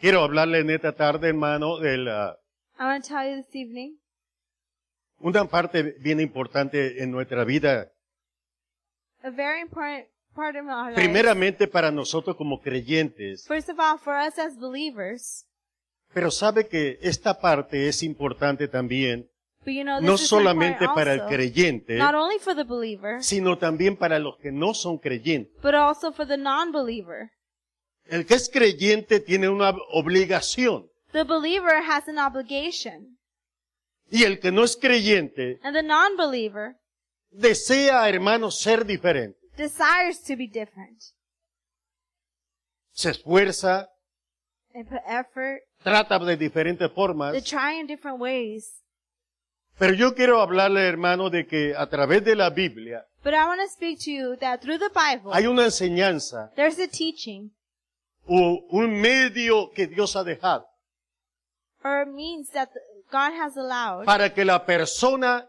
Quiero hablarle en esta tarde, hermano, de la- I want to tell you this evening una parte bien importante en nuestra vida. a very important part of our life. Primeramente para nosotros como creyentes. First of all, for us as believers, Pero sabe que esta parte es importante también, but you know, this no is solamente important para el also, creyente, not only for the believer, sino también para los que no son creyentes. but also for the non-believer. El que es creyente tiene una obligación The believer has an obligation, y el que no es creyente and the non-believer desea, hermano, ser diferente. desires to be different. Se esfuerza, They put effort, trata de diferentes they formas. try in different ways. Pero yo quiero hablarle, hermano, de que a través de la Biblia But I want to speak to you that through the Bible, hay una enseñanza there's a teaching o un medio que Dios ha dejado or a means that God has allowed para que la persona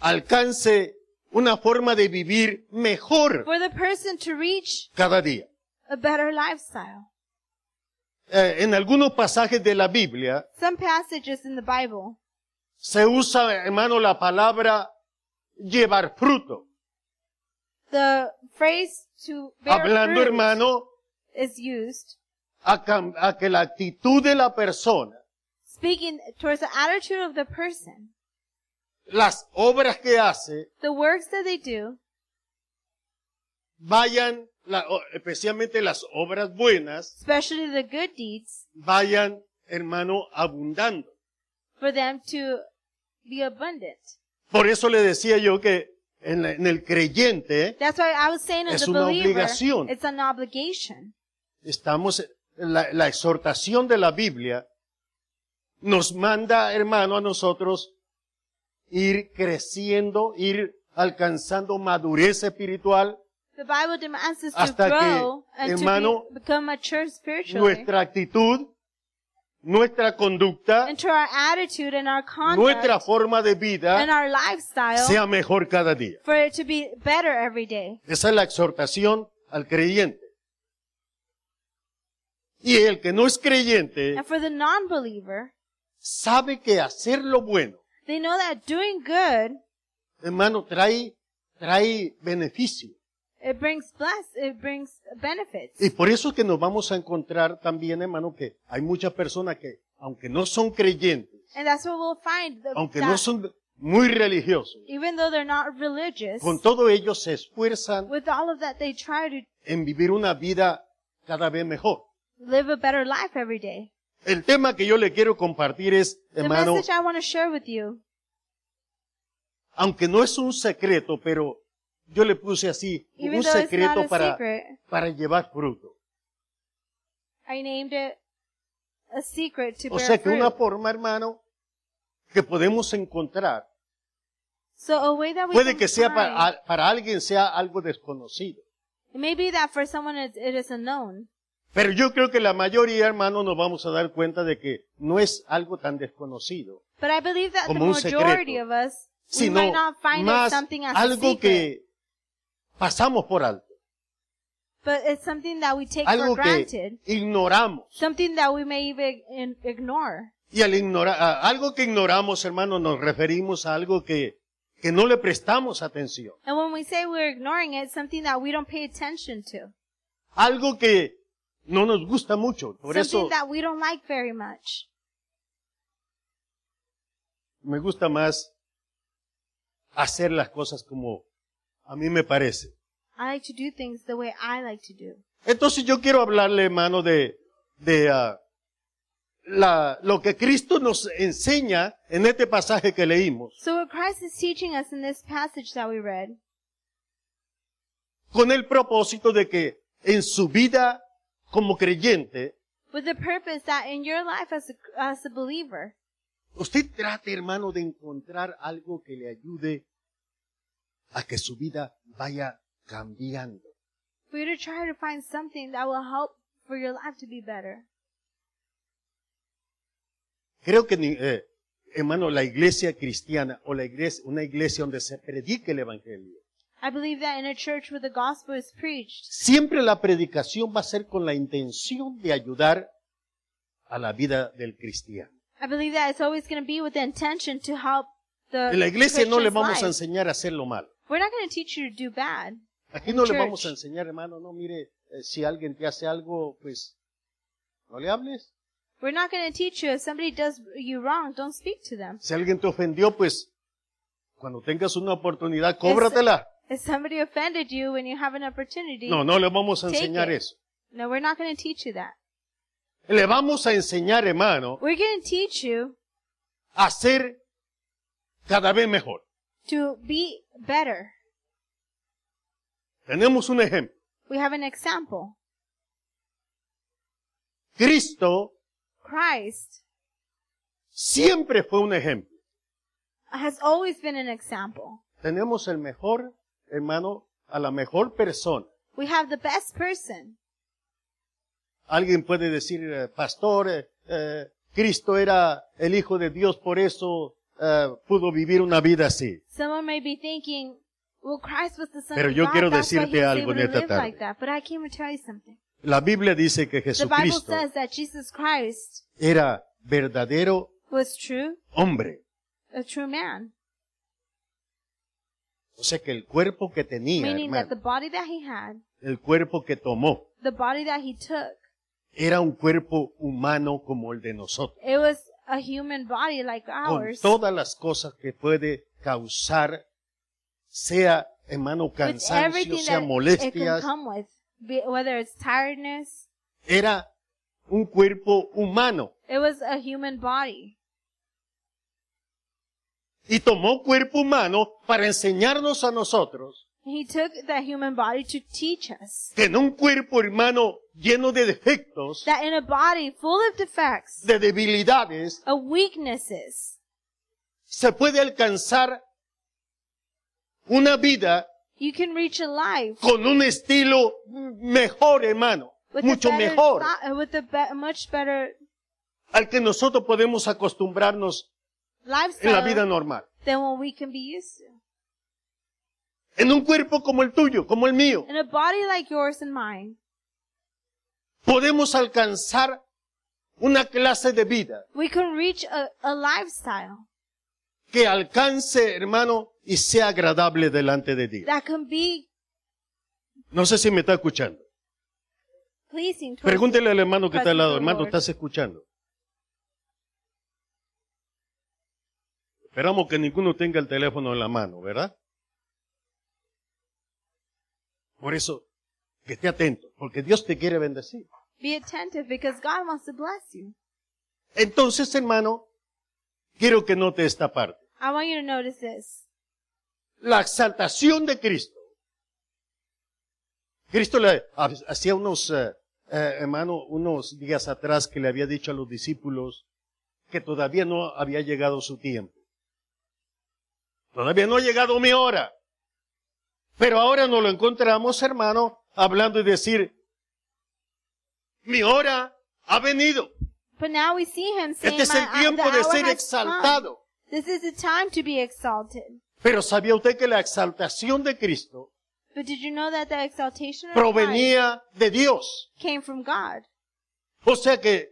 alcance una forma de vivir mejor for the person to reach cada día. a better lifestyle. Eh, en algunos pasajes de la Biblia Some passages in the Bible, se usa, hermano, la palabra llevar fruto. the phrase to bear Hablando, fruit hermano, is used, a, cam- a que la actitud de la persona, speaking towards the attitude of the person, las obras que hace, the works that they do, vayan, la- o- especialmente las obras buenas, especially the good deeds, vayan, hermano, abundando. for them to be abundant. Por eso le decía yo que en, la- en el creyente That's why I was saying as Es the una believer, obligación. it's an obligation. estamos, la, la exhortación de la Biblia nos manda, hermano, a nosotros ir creciendo, ir alcanzando madurez espiritual. The Bible demands us to Hasta que, grow and hermano, to be, become mature spiritually. Nuestra actitud, nuestra conducta, Into our attitude and our conduct nuestra forma de and vida our lifestyle sea mejor cada día. for it to be better every day. Esa es la exhortación al creyente. Y el que no es creyente And for the non-believer, sabe que hacer lo bueno, they know that doing good, hermano, trae, trae beneficio. it brings bless, it brings benefits. Y por eso es que nos vamos a encontrar también, hermano, que hay muchas personas que, aunque no son creyentes, And that's what we'll find. the- aunque that no son muy religiosos, even though they're not religious, con todo ello se esfuerzan with all of that, they try to en vivir una vida cada vez mejor. live a better life every day. El tema que yo le quiero compartir es, The hermano, message I want to share with you, aunque no es un secreto, pero yo le puse así, even un though it's not secreto a para, secret, para llevar fruto. I named it a secret to O bear sea que fruit. una forma, hermano, que podemos encontrar, So a way that we puede can que sea find- para, para alguien sea algo desconocido. It may be that for someone it, it is unknown, Pero yo creo que la mayoría, hermano, nos vamos a dar cuenta de que no es algo tan desconocido, but I believe that the Como un secreto. majority of us we sino might not find it más something as a algo secret, que pasamos por alto, but it's something that we take for algo que granted, ignoramos. something that we may even in- ignore. Y al ignorar, a- algo que ignoramos, hermano, nos referimos a algo que, que no le prestamos atención. And when we say we're ignoring it, it's something that we don't pay attention to, Algo que no nos gusta mucho. Por something eso that we don't like very much. me gusta más hacer las cosas como a mí me parece. I like to do things the way I like to do. Entonces yo quiero hablarle, hermano, de, de ah, la, lo que Cristo nos enseña en este pasaje que leímos. So what Christ is teaching us in this passage that we read Con el propósito de que en su vida como creyente, with the purpose that in your life as a, as a believer, Usted trate, hermano, de encontrar algo que le ayude a que su vida vaya cambiando. for you to try to find something that will help for your life to be better. Creo que, ni- eh, hermano, la iglesia cristiana o la iglesia, una iglesia donde se predique el evangelio, I believe that in a church where the gospel is preached, siempre la predicación va a ser con la intención de ayudar a la vida del cristiano. I believe that it's always going to be with the intention to help the En la iglesia no le Uh, Christian's vamos a life. enseñar a hacer lo malo. We're not going to teach you to do bad. Aquí no le Church. vamos a enseñar, hermano, no, mire, eh, si alguien te hace algo, pues, no le hables. We're not going to teach you if somebody does you wrong, don't speak to them. Si alguien te ofendió, pues, cuando tengas una oportunidad, cóbratela. If somebody offended you when you have an opportunity, No, no le vamos a Take enseñar it. eso. no, we're not going to teach you that. Le vamos a enseñar, hermano, We're going to teach you a ser cada vez mejor. to be better. Tenemos un ejemplo. We have an example. Cristo Christ siempre fue un ejemplo. has always been an example. Tenemos el mejor, hermano, a la mejor persona. We have the best person. Alguien puede decir, eh, pastor, eh, eh, Cristo era el Hijo de Dios, por eso eh, pudo vivir una vida así. Someone may be thinking, well, Christ was the son Pero of yo God. quiero That's why he decirte was algo able en to esta live like tarde. that. But I came to tell you something. La Biblia dice que The Bible Jesucristo says that Jesus Christ era verdadero was true, hombre. a true man, O sea que el cuerpo que tenía, meaning that the hermano, body that he had, el cuerpo que tomó, the body that he took, era un cuerpo humano como el de nosotros. it was a human body like Con ours, todas las cosas que puede causar, sea, hermano, with cansancio, everything sea that it can molestias, come with, be, whether it's tiredness. era un cuerpo humano. It was a human body. y tomó cuerpo humano para enseñarnos a nosotros He took that human body to teach us que en un cuerpo hermano lleno de defectos, that in a body full of defects, de debilidades, of weaknesses, se puede alcanzar una vida you can reach a life con un estilo mejor hermano, with mucho a better, mejor thought- with a be- much better al que nosotros podemos acostumbrarnos en la lifestyle vida normal. than what we can be used to. En un cuerpo como el tuyo, como el mío, In a body like yours and mine, podemos alcanzar una clase de vida we can reach a, a lifestyle que alcance, hermano, y sea agradable delante de Dios. that can be No sé si me está escuchando. pleasing towards Pregúntele al hermano que está al lado, Presence of the hermano, Lord. ¿estás escuchando? Esperamos que ninguno tenga el teléfono en la mano, ¿verdad? Por eso, que esté atento, porque Dios te quiere bendecir. Be attentive because God wants to bless you. Entonces, hermano, quiero que note esta parte. I want you to notice this. La exaltación de Cristo. Cristo le ha- hacía unos, eh, eh, hermano, unos días atrás que le había dicho a los discípulos que todavía no había llegado su tiempo. Todavía no ha llegado mi hora. Pero ahora nos lo encontramos, hermano, hablando y decir, mi hora ha venido. But now we see him saying, Este es el "My- uh, tiempo the de hour ser has come." exaltado. This is the time to be exalted. Pero ¿sabía usted que la exaltación de Cristo But did you know that the exaltation of Christ provenía de Dios? came from God? O sea que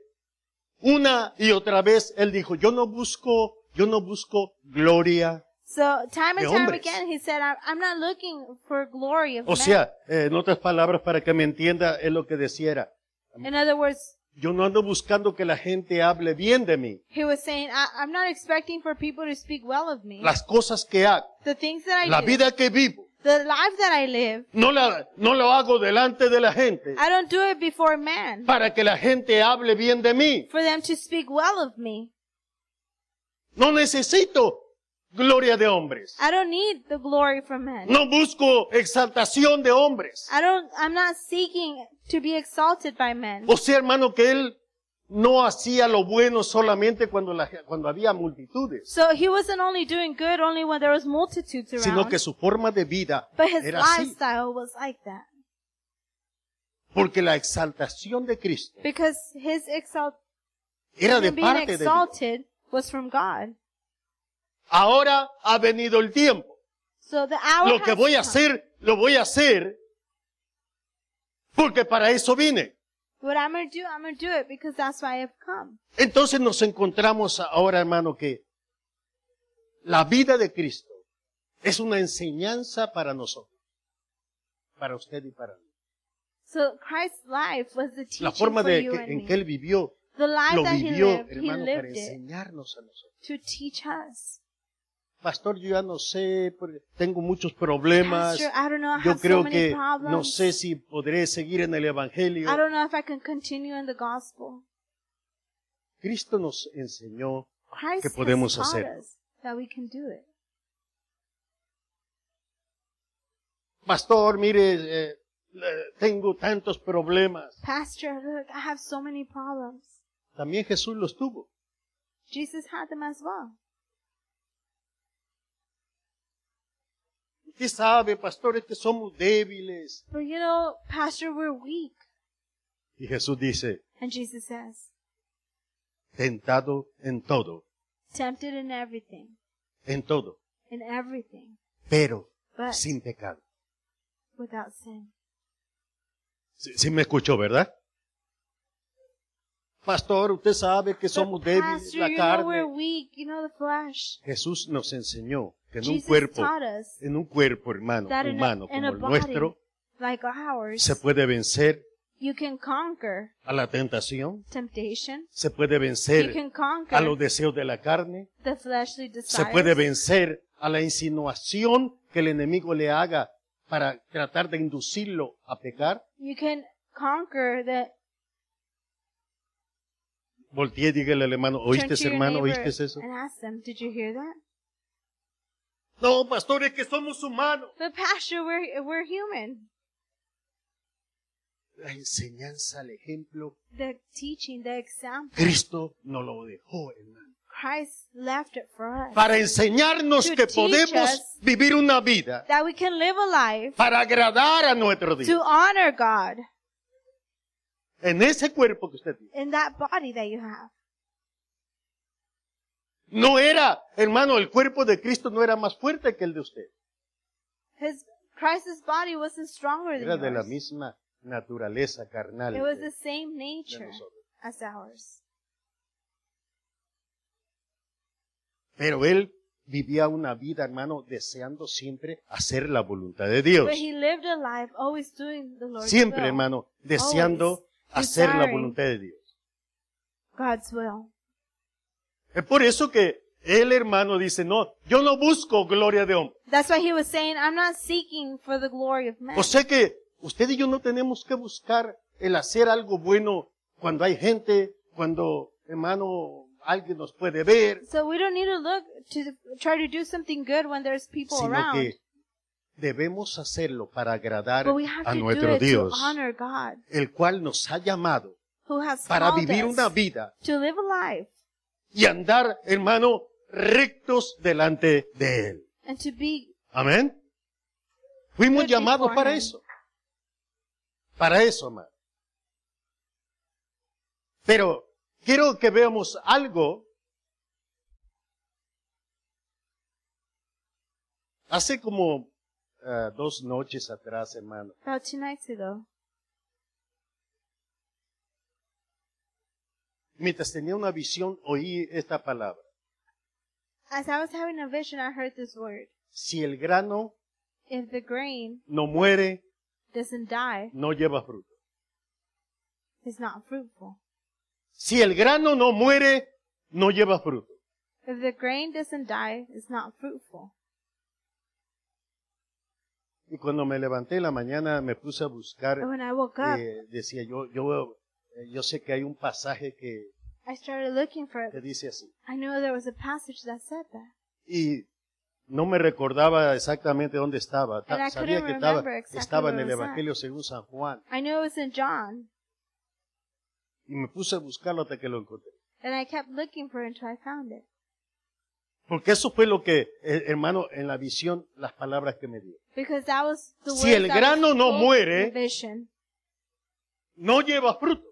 una y otra vez él dijo, yo no busco, yo no busco gloria. So time and De time hombres. again, he said, "I'm- "I'm not looking for glory of O men." sea, eh, en otras palabras, para que me entienda, es lo que decía era, In other words, yo no ando buscando que la gente hable bien de mí. he was saying, I, "I'm not expecting for people to speak well of me. Las cosas que hago, the things that I la do, vida que vivo, the life that I live, no, la, no lo hago delante de la gente I don't do it before man para que la gente hable bien de mí. for them to speak well of me. No necesito gloria de hombres. I don't need the glory from men. No busco exaltación de hombres. I don't. I'm not seeking to be exalted by men." O sea, hermano, que él no hacía lo bueno solamente cuando, la- cuando había multitudes, So he wasn't only doing good only when there was multitudes around, sino que su forma de vida but his era así. lifestyle was like that Porque la exaltación de Cristo because his exalt era de him being parte de Dios. exalted was from God. Ahora ha venido el tiempo. So the hour Lo que has voy a come. hacer, lo voy a hacer porque para eso vine. What I'm going to do, I'm going to do it because that's why I've come. Entonces nos encontramos ahora, hermano, que la vida de Cristo es una enseñanza para nosotros, para usted y para mí. So Christ's life was the teaching La forma for de you que- and en me. que Él vivió, the life lo that he vivió, lived, he hermano, para lived it enseñarnos a nosotros. to teach us. Pastor, yo ya no sé, por- tengo muchos problemas. Pastor, I don't know, I Yo have so creo many que problems. no sé si podré seguir en el Evangelio. I don't know if I can continue in the gospel. Cristo nos enseñó Christ que podemos has taught hacer. us that we can do it. Pastor, mire, eh, eh, tengo tantos problemas. Pastor, look, I have so many problems. También Jesús los tuvo. Jesus had them as well. Usted sabe, pastor, es que somos débiles. But you know, Pastor, we're weak. Y Jesús dice, And Jesus says, tentado en todo, tempted in everything, en todo, in everything, pero but sin pecado. without sin. Sí, sí me escuchó, ¿verdad? Pastor, usted sabe que somos But débiles, Pastor, la you know we're carne. weak, you know the flesh. Jesús nos enseñó que en un Jesus cuerpo, taught us en un cuerpo hermano, that in a, humano in como a el body nuestro, like ours, se puede vencer you can conquer a la tentación, temptation. se puede You vencer can a los conquer deseos de la carne, the fleshly se puede desires. vencer a la insinuación que el enemigo le haga para tratar de inducirlo a pecar. You can conquer the Volteé y dígale al hermano, Turn ¿oíste to your hermano? neighbor ¿Oíste eso? And ask them, did you hear that? No, pastor, es que somos humanos. But Pastor, we're, we're human. La enseñanza, el ejemplo, The teaching, the example, Cristo nos lo dejó, hermano. Christ left it for us. Para enseñarnos To que teach podemos us vivir una vida That we can live a life para agradar a nuestro Dios. to honor God En ese cuerpo que usted tiene. in that body that you have. No era, hermano, el cuerpo de Cristo no era más fuerte que el de usted. His Christ's body wasn't stronger Era than de la yours. misma naturaleza carnal. It was de- the same de nature nosotros. as ours. Pero él vivía una vida, hermano, deseando siempre hacer la voluntad de Dios. But he lived a life always doing the Lord's Siempre, will. hermano, deseando hacer la desiring. voluntad de Dios. God's will. Es por eso que el hermano dice, no, yo no busco gloria de hombre. That's why he was saying, I'm not seeking for the glory of men. O sea que usted y yo no tenemos que buscar el hacer algo bueno cuando hay gente, cuando, hermano, alguien nos puede ver, So we don't need to look to try to do something good when there's people sino around. que debemos hacerlo para agradar But we have a to do nuestro it Dios, to honor God el cual nos ha llamado who has para called vivir us una vida to live a life y andar, hermano, rectos delante de Él. and to be Amén. Fuimos Good llamados before para him. eso. Para eso, hermano. Pero quiero que veamos algo. Hace como ah, dos noches atrás, hermano, about two nights ago. mientras tenía una visión, oí esta palabra. As I was having a vision, I heard this word. Si el grano If the grain no muere, doesn't die, no lleva fruto. it's not fruitful. Si el grano no muere, no lleva fruto. If the grain doesn't die, it's not fruitful. Y cuando me levanté en la mañana, me puse a buscar And when I woke up, Eh, decía yo, yo, eh, yo sé que hay un pasaje que, I started looking for que it. dice así. I knew there was a passage that said that. Y no me recordaba exactamente dónde estaba. Ta- And I Sabía couldn't que estaba, remember exactly estaba en where el it was at. Evangelio según San Juan. I knew it was in John, Y me puse a buscarlo hasta que lo encontré. and I kept looking for it until I found it. Porque eso fue lo que, eh, hermano, en la visión, las palabras que me dio. Because that was the Si word el that grano was no spoken muere- in vision. No lleva fruto.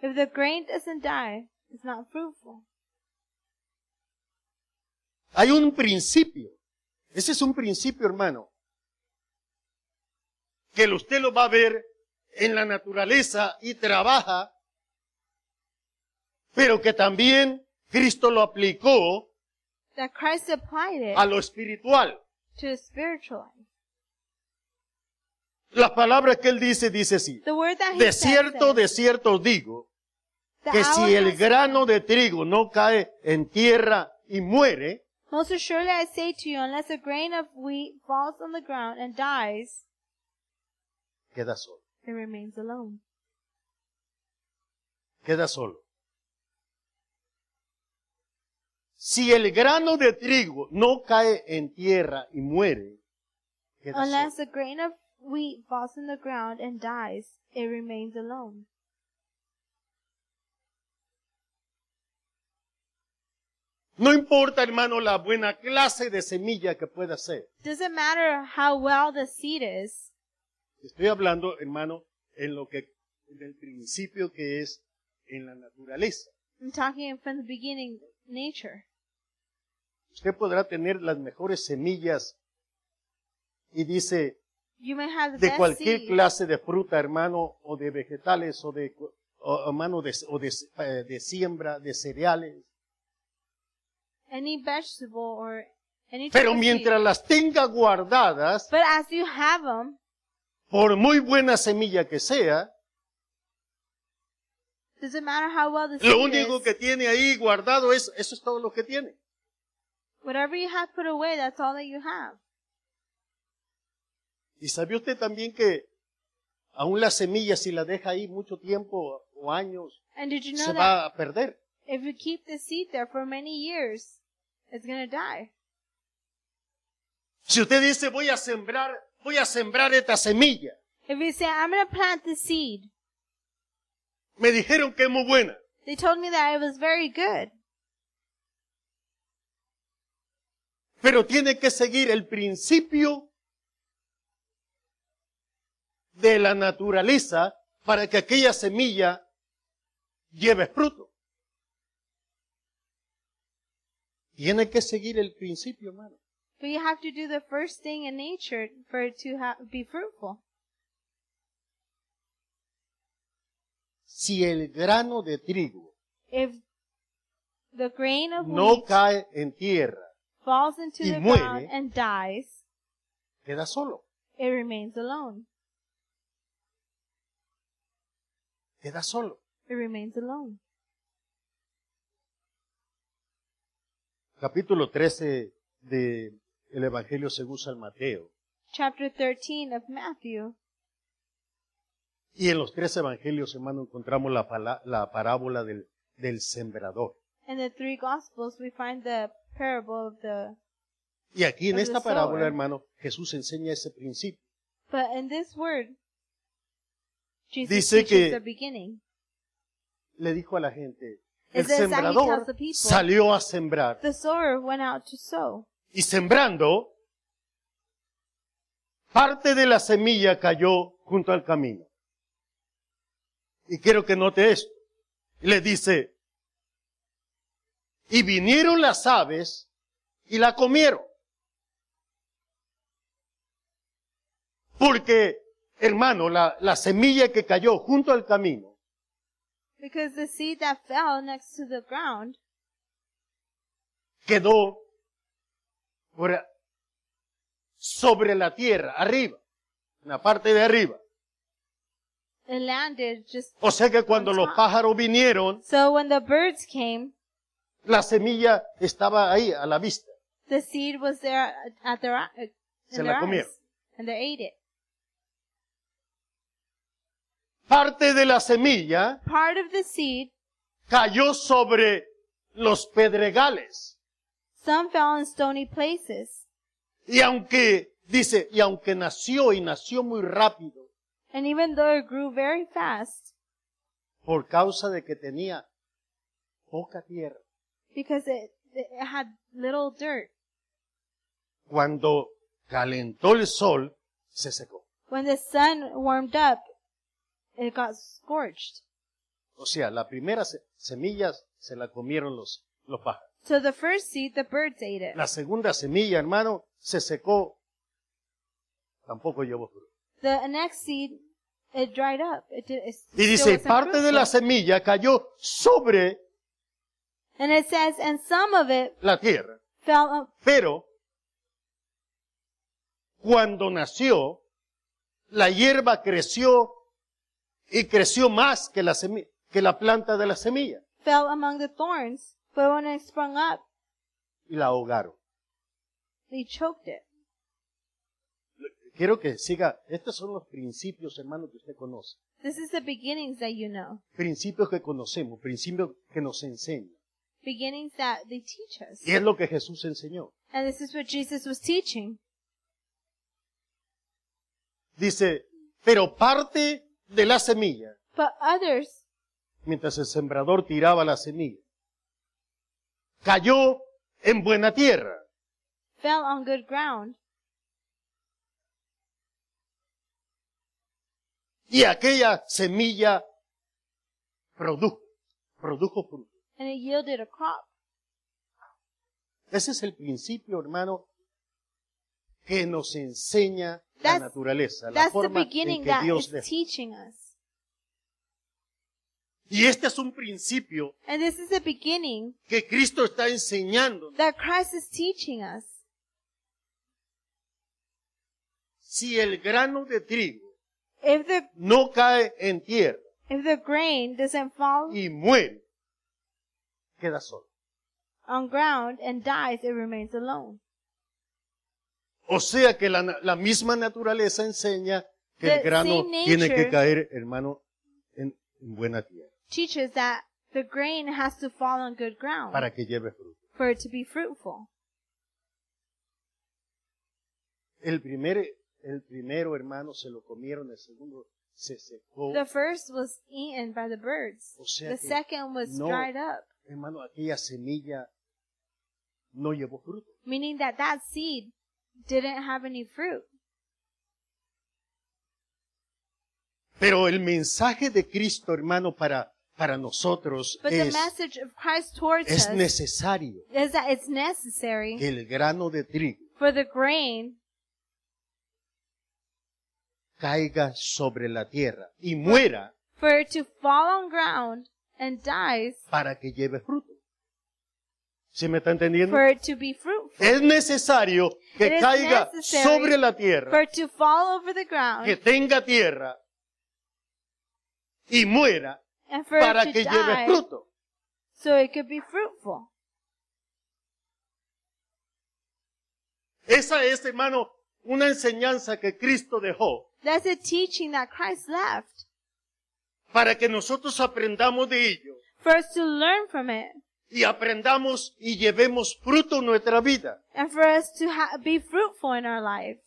If the grain doesn't die, it's not fruitful. Hay un principio. Ese es un principio, hermano. Que usted lo va a ver en la naturaleza y trabaja pero que también Cristo lo aplicó that Christ applied it a lo espiritual. to his spiritual life. Las palabras que él dice, dice así. The word that he De said cierto, says, de cierto os digo, "The que hour si el has grano de trigo no cae en tierra y muere, Most assuredly I say to you, unless a grain of wheat falls on the ground and dies, queda solo, it remains alone. queda solo. Si el grano de trigo no cae en tierra y muere, queda Unless solo. a grain of wheat falls on the ground and dies, it remains alone. No importa, hermano, la buena clase de semilla que pueda ser. Doesn't matter how well the seed is. Estoy hablando, hermano, en lo que, en el principio que es en la naturaleza. I'm talking from the beginning, nature. Usted podrá tener las mejores semillas y dice You may have the de best cualquier seed clase de fruta, hermano, o de vegetales, o de, cu- o, hermano, de, o de, eh, de siembra, de cereales. any vegetable or any type Pero of mientras seed. las tenga guardadas, But as you have them, por muy buena semilla que sea, doesn't matter how well the seed lo único is. que tiene ahí guardado es, eso es todo lo que tiene. Whatever you have put away, that's all that you have. Y sabe usted también que aún las semillas, si las deja ahí mucho tiempo o años, And did you know se that va a perder. if you keep the seed there for many years, it's gonna die. Si usted dice, voy a sembrar, voy a sembrar esta semilla, If you say, I'm gonna plant the seed, me dijeron que es muy buena. they told me that it was very good. Pero tiene que seguir el principio de la naturaleza para que aquella semilla lleve fruto. Tiene que seguir el principio, hermano. But you have to do the first thing in nature for it to ha- be fruitful. Si el grano de trigo If the grain of no wheat cae en tierra, falls into y the muere, ground and dies, queda solo, it remains alone. queda solo. It remains alone. Capítulo 13 del el Evangelio según San Mateo. Chapter 13 of Matthew. Y en los tres evangelios, hermano, encontramos la, pala- la parábola del, del sembrador. In the three Gospels, we find the parable of the. Y aquí en Del esta sower. parábola, hermano, Jesús enseña ese principio. But in this word, Jesus Dice teaches que- the beginning. Le dijo a la gente, el It says that he tells sembrador the people- salió a sembrar. The sower went out to sow, Y sembrando, parte de la semilla cayó junto al camino. Y quiero que note esto. Le dice, y vinieron las aves y la comieron. Porque, hermano, la, la semilla que cayó junto al camino because the seed that fell next to the ground quedó por a- sobre la tierra, arriba, en la parte de arriba. it landed just. O sea que cuando on los top. pájaros vinieron, So when the birds came, la semilla estaba ahí a la vista. the seed was there at their eye- in Se their la comieron. eyes, and they ate it. Parte de la semilla Part of the seed, cayó sobre los pedregales. some fell in stony places, Y aunque, dice, y aunque nació y nació muy rápido, and even though it grew very fast, por causa de que tenía poca tierra, because it it had little dirt. cuando calentó el sol, se secó. When the sun warmed up, it got scorched. O sea, la primera se- semilla se la comieron los, los pájaros. So the first seed, the birds ate it. La segunda semilla, hermano, se secó. Tampoco llevó fruto. The next seed, it dried up. It did. It Y still dice, wasn't parte de la fruitful. semilla cayó sobre And it says, and some of it la tierra. fell uh, on, Pero cuando nació, la hierba creció y creció más que la, semi- que la planta de la semilla fell among the thorns, but when it sprung up, y la ahogaron. they choked it. Quiero que siga, estos son los principios, hermano, que usted conoce. This is the beginnings that you know. Principios que conocemos, principios que nos enseñan. Beginnings that they teach us. Y es lo que Jesús enseñó. And this is what Jesus was teaching. Dice, pero parte de la semilla, But others, mientras el sembrador tiraba la semilla, cayó en buena tierra. fell on good ground, Y aquella semilla produjo, produjo fruto. and it yielded a crop. Ese es el principio, hermano, que nos enseña la That's- naturaleza, la That's the forma en beginning que that is Dios le- teaching us. Y este es un principio And this is the beginning que Cristo está enseñando. that Christ is teaching us. Si el grano de trigo If the no cae en tierra if the grain doesn't fall y muere, queda solo. on ground and dies, it remains alone. O sea que la, na- la misma naturaleza enseña que el The grano same tiene que nature- caer, hermano, en- en buena tierra. Teaches that the grain has to fall on good ground para que lleve fruto. for it to be fruitful. El primer, el primero hermano se lo comieron, el segundo se secó. The first was eaten by the birds. O sea the que second was no- dried up, Hermano, aquella semilla no llevó fruto. meaning that that seed didn't have any fruit. Pero el mensaje de Cristo, hermano, para, para nosotros But the es, message of Christ towards es us necesario is that it's necessary que el grano de trigo for the grain caiga sobre la tierra y muera for it to fall on ground and dies para que lleve fruto. ¿Se me está entendiendo? for it to be fruitful, Es necesario que It is caiga necessary sobre la tierra for it to fall over the ground que tenga tierra y muera and for para it que to lleve die fruto. so it could be fruitful. Esa es, hermano, una enseñanza que Cristo dejó That's a teaching that Christ left para que nosotros aprendamos de ello for us to learn from it y aprendamos y llevemos fruto en nuestra vida, and for us to ha- be fruitful in our life.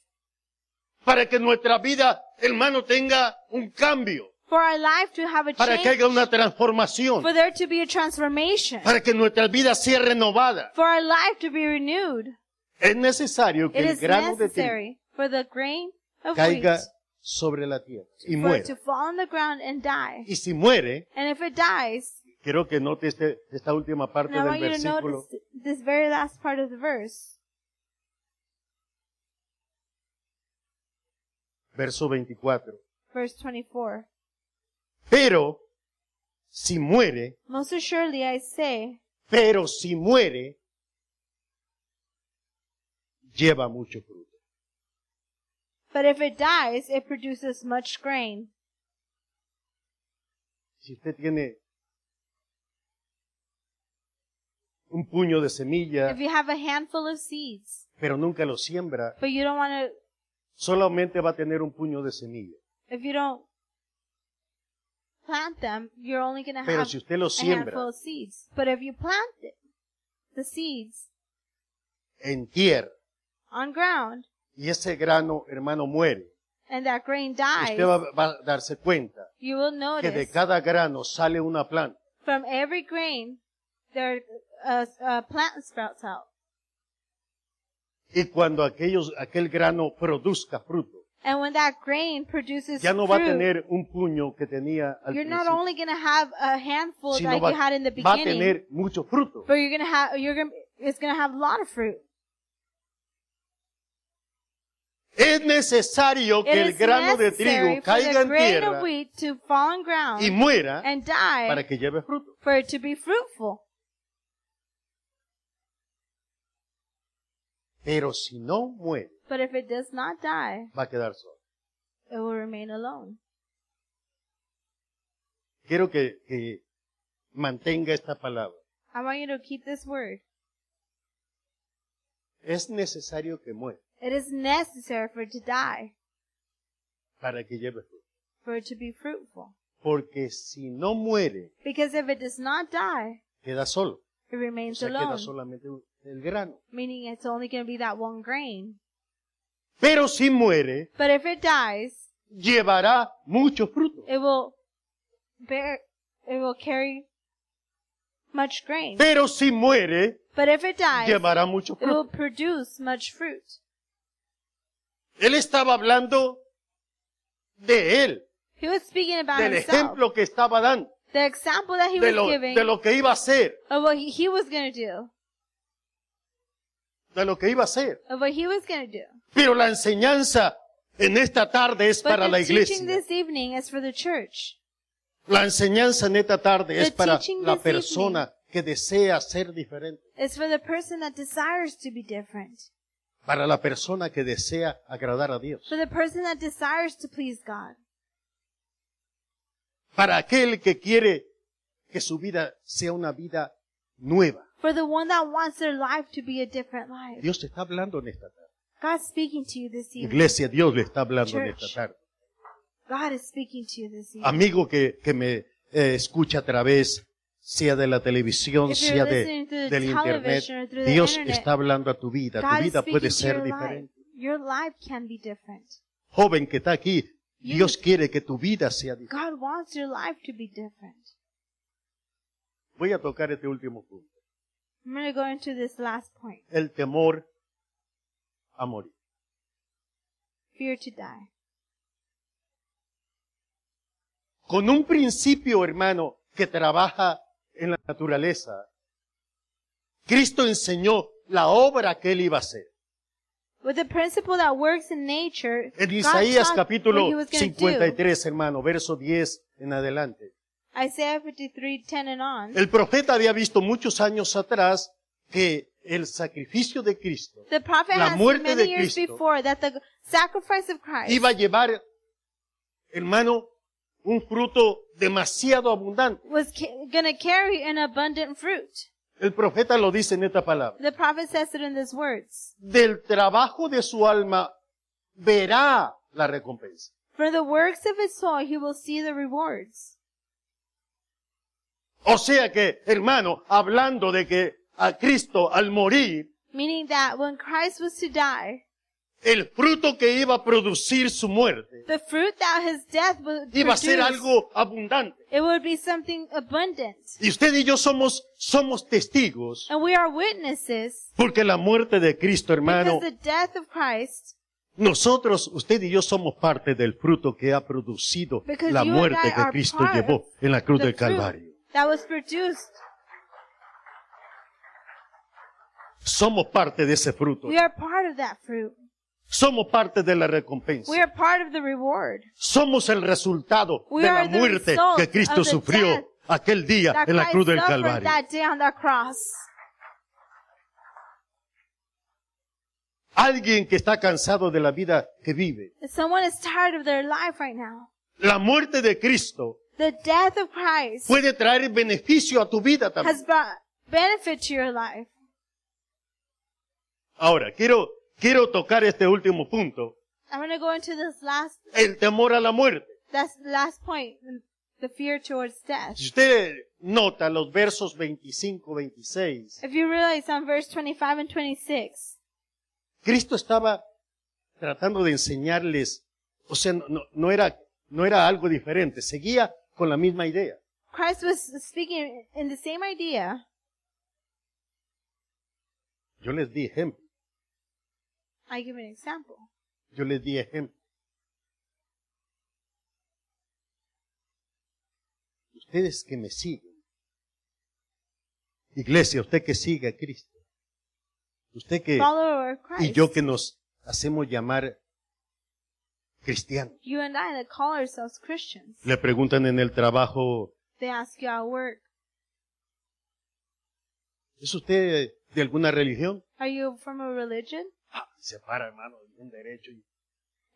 para que nuestra vida, hermano, tenga un cambio, for our life to have a para que change, haya una transformación, for there to be a transformation, para que nuestra vida sea renovada. for our life to be renewed. Es necesario que It el is grano de trigo necessary for the grain of wheat caiga sobre la tierra y for it to muera. fall on the ground and die. Y si muere, And if it dies, Quiero que note este- esta última parte and I del want you to versículo. notice this very last part of the verse, Verso 24. verse 24. Pero si muere, Most assuredly I say, pero si muere, lleva mucho fruto. but if it dies, it produces much grain. Si usted tiene un puño de semilla, If you have a handful of seeds, pero nunca lo siembra, but you don't want to, solamente va a tener un puño de semilla. if you don't plant them, you're only going to Pero have si usted lo a handful siembra of seeds. But if you plant it, the seeds en tierra on ground y ese grano, hermano, muere, and that grain dies, usted va- va a darse cuenta you will que de notice cada grano sale una planta. from every grain there a, a plant sprouts out. Y cuando aquellos, aquel grano produzca fruto, And when that grain produces ya no va a fruit, tener un puño que tenía al you're not principio, only going to have a handful sino like va, you had in the va a beginning, tener mucho fruto. but you're going to have you're going to it's going to have a lot of fruit. Es necesario que It el is grano de necessary trigo for caiga the en grain of tierra wheat to fall on y ground muera and die para que lleve fruto. for it to be fruitful. Pero si no muere, But if it does not die, va a quedar solo. it will remain alone. Quiero que, que mantenga esta palabra. I want you to keep this word. Es necesario que muera It is necessary for it to die, para que lleve fruto. for it to be fruitful. Porque si no muere, Because if it does not die, queda solo. it O remains sea, queda alone, solamente un- el grano. meaning it's only going to be that one grain. Pero si muere, But if it dies, llevará mucho fruto. it will bear, it will carry much grain. Pero si muere, But if it dies, it llevará mucho fruto. will produce much fruit. Él estaba hablando de él, He was speaking about del himself. ejemplo que estaba dando, The example that he de was lo, giving de lo que iba a hacer, of what he, he was going to do, de lo que iba a hacer. of what he was going to do. Pero la enseñanza en esta tarde es But para la the teaching iglesia. this evening is for the church. La enseñanza en esta tarde es The para teaching la this evening- persona que desea ser diferente, It's for the person that desires to be different, para la persona que desea agradar a Dios, for the person that desires to please God, para aquel que quiere que su vida sea una vida nueva. for the one that wants their life to be a different life. Dios te está hablando en esta tarde. God's speaking to you this evening. Iglesia, Dios le está hablando en esta Church. tarde. God is speaking to you this evening. amigo que, que me eh, escucha a través, sea de la televisión, If you're sea de, listening through the del internet, television or through the Dios internet, está hablando a tu vida. God Tu is vida speaking puede to ser your life. diferente. Your life can be different. Joven que está aquí, You- Dios quiere que tu vida sea diferente. God wants your life to be different. Voy a tocar este último punto. I'm going to go into this last point El temor a morir. fear to die. Con un principio, hermano, que trabaja en la naturaleza, Cristo enseñó la obra que él iba a hacer. With the principle that works in nature, En God Isaías taught what he capítulo was going to do. 53, hermano, verso 10 en adelante. Isaiah 53, 10 and on. El profeta había visto muchos años atrás que el sacrificio de Cristo The prophet La has muerte seen many de years Cristo. before that the sacrifice of Christ iba a llevar, hermano, un fruto demasiado abundante. was ca- going to carry an abundant fruit. El profeta lo dice en esta palabra. The prophet says it in these words. Del trabajo de su alma verá la recompensa. For the works of his soul he will see the rewards. O sea que, hermano, hablando de que a Cristo al morir, Meaning that when Christ was to die, el fruto que iba a producir su muerte the fruit that his death would iba a produce, ser algo abundante. it would be something abundant. Y usted y yo somos, somos testigos And we are witnesses Porque la muerte de Cristo, hermano, because the death of Christ, nosotros, usted y yo somos parte del fruto que ha producido Because la you and I muerte que are Cristo part llevó en la cruz the del fruit Calvario. that was produced, Somos parte de ese fruto. we are part of that fruit. Somos parte de la recompensa. We are part of the reward. Somos el resultado We de are la the muerte result que Cristo of the death sufrió aquel día that en la Christ cruz del suffered Calvario. that day on that cross. Alguien que está cansado de la vida que vive. If someone is tired of their life right now, La muerte de Cristo the death of Christ puede traer beneficio a tu vida también. has brought benefit to your life. Ahora, quiero, quiero tocar este último punto. I'm going to go into this last El temor a la muerte. that's the last point, the fear towards death. Si usted nota los versos 25, 26, If you realize on verse 25 and 26, Cristo estaba tratando de enseñarles, o sea, no, no- no era, no era algo diferente, seguía con la misma idea. Christ was speaking in the same idea. Yo les di ejemplo, I give an example. yo les di ejemplo. Ustedes que me siguen, iglesia, usted que sigue a Cristo, usted que, Follower of y Christ. yo que nos hacemos llamar cristianos. You and I that call ourselves Christians. Le preguntan en el trabajo, They ask you at work, ¿es usted de alguna religión, Are you from a religion? ah, se para, hermano, bien derecho y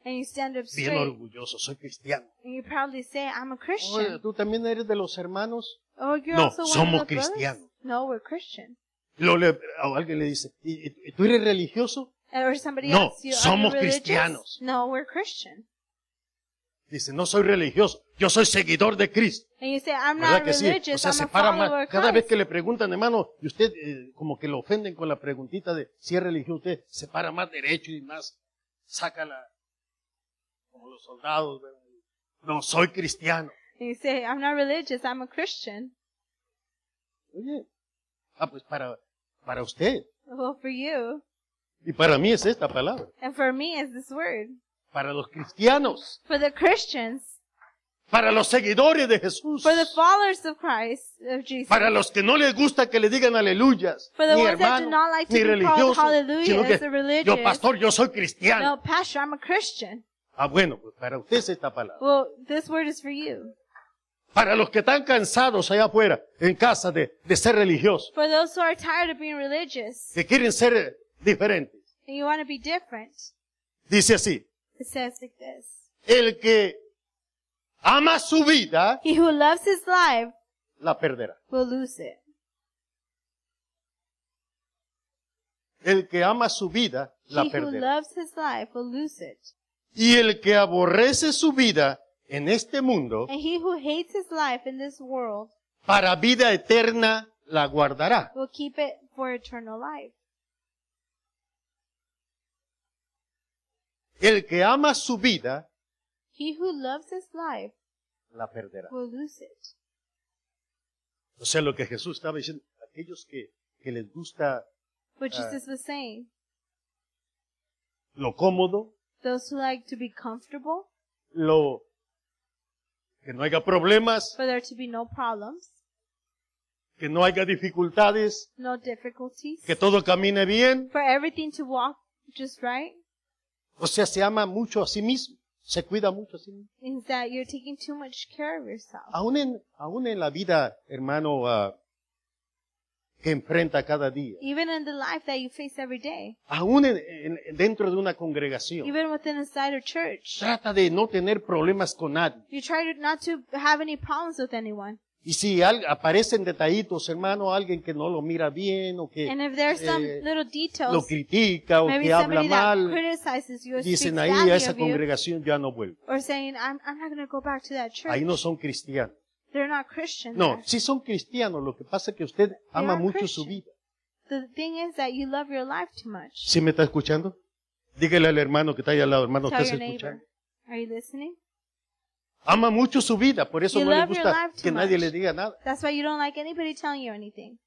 And you stand up bien straight orgulloso, soy cristiano. and you proudly say, I'm a Oye, Christian. tú también eres de los hermanos. Oh, you're No, also one somos of the brothers? cristianos. No, we're Christian. Lo le- o alguien le dice, ¿Y, y- tú eres religioso? Or somebody No, asks you, are you somos religious? cristianos. No, we're Christian. Dice, no soy religioso, yo soy seguidor de Cristo. And you say, I'm ¿Verdad not que sí? O religious, sea, I'm se a para follower más. of Cada Christ. vez que le preguntan, hermano, y usted eh, como que lo ofenden con la preguntita de si es religioso, usted se para más derecho y más, saca la, como los soldados, ¿verdad? no, soy cristiano. And you say, I'm not religious, I'm a Christian. Oye, ah, pues para, para usted. Well, for you, Y para mí es esta palabra. and for me is this word. Para los cristianos, For the Christians, para los seguidores de Jesús, for the followers of Christ, of Jesus. para los que no les gusta que le digan aleluyas, For the ni ones that do hermano, not like to ni be called religioso, hallelujahs sino que or religious. yo pastor, yo soy cristiano. No, Pastor, I'm a Christian. Ah, bueno, pues para usted es esta palabra. Well, this word is for you. Para los que están cansados allá afuera, en casa, de, de ser religiosos, For those who are tired of being religious que quieren ser eh, diferentes. and you want to be different, Dice así, it says like this. el que ama su vida, He who loves his life la perderá. will lose it. El que ama su vida, la He who perderá. loves his life will lose it. Y el que aborrece su vida en este mundo, And he who hates his life in this world para vida eterna la guardará. will keep it for eternal life. El que ama su vida, He who loves his life la perderá. will lose it. O sea, lo que Jesús estaba diciendo, aquellos que, que les gusta Uh. What Jesus was saying. lo cómodo, Those who like to be comfortable, lo que no haya problemas, for there to be no problems, que no haya dificultades, no difficulties, que todo camine bien. for everything to walk just right, O sea, se ama mucho a sí mismo, se cuida mucho a sí mismo. is that you're taking too much care of yourself. Aún en, aún en la vida, hermano, ah, que enfrenta cada día. Even in the life that you face every day, Aún en- en- dentro de una congregación. even within inside a church, Trata de no tener problemas con nadie. you try to, not to have any problems with anyone. Y si al- aparecen detallitos, hermano, alguien que no lo mira bien o que And if there's some eh, little lo details, critica o maybe que habla somebody that mal, criticizes you or speaks dicen ahí badly a esa of you, congregación ya no vuelve. or saying, I'm, I'm not going to go back to that church. Ahí no son cristianos. They're not Christian. No, there. sí son cristianos, lo que pasa es que usted ama are mucho su Christian. vida. The thing is that you love your life too much. ¿Sí me está escuchando? Dígale al hermano que está ahí al lado, hermano, Tell ¿estás your neighbor. escuchando? Are you listening? Ama mucho su vida, por eso You no le love your gusta life too que nadie much. le diga nada. That's why you don't like anybody telling you anything.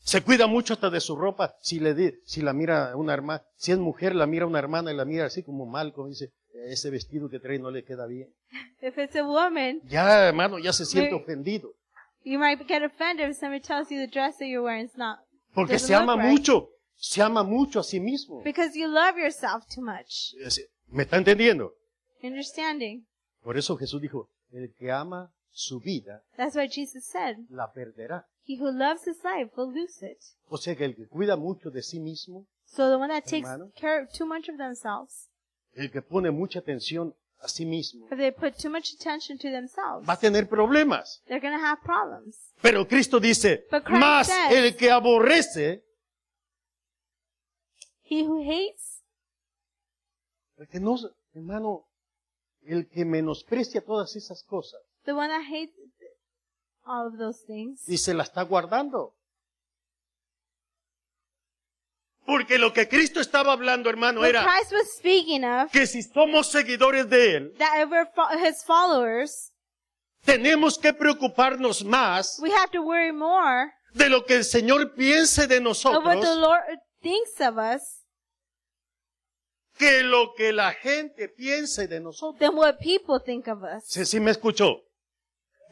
Se cuida mucho hasta de su ropa, si le di- si la mira una hermana, si es mujer la mira una hermana y la mira así como mal, como dice, ese vestido que trae no le queda bien. If it's a woman, Ya, hermano, ya se siente Mary- ofendido, you might get offended if somebody tells you the dress that you're wearing is not. porque doesn't se ama look right. mucho, se ama mucho a sí mismo. Because you love yourself too much. Es- ¿Me está entendiendo? Understanding. Por eso Jesús dijo, el que ama su vida That's why Jesus said, la perderá. He who loves his life will lose it. O sea que el que cuida mucho de sí mismo, So the one that takes Hermano. care of too much of themselves, el que pone mucha atención a sí mismo, if they put too much attention to themselves, va a tener problemas. they're going to have problems. Pero Cristo dice, But Christ más says- el que aborrece, He who hates, el que no, hermano, el que menosprecia todas esas cosas, the one that hates all of those things, dice, la está guardando. Porque lo que Cristo estaba hablando, hermano, what era Christ was speaking of, que si somos seguidores de Él, that if we're fo- his followers, tenemos que preocuparnos más we have to worry more de lo que el Señor piense de of what the nosotros Lord thinks of us que lo que la gente piense de nosotros. than what people think of us. Sí, sí me escuchó.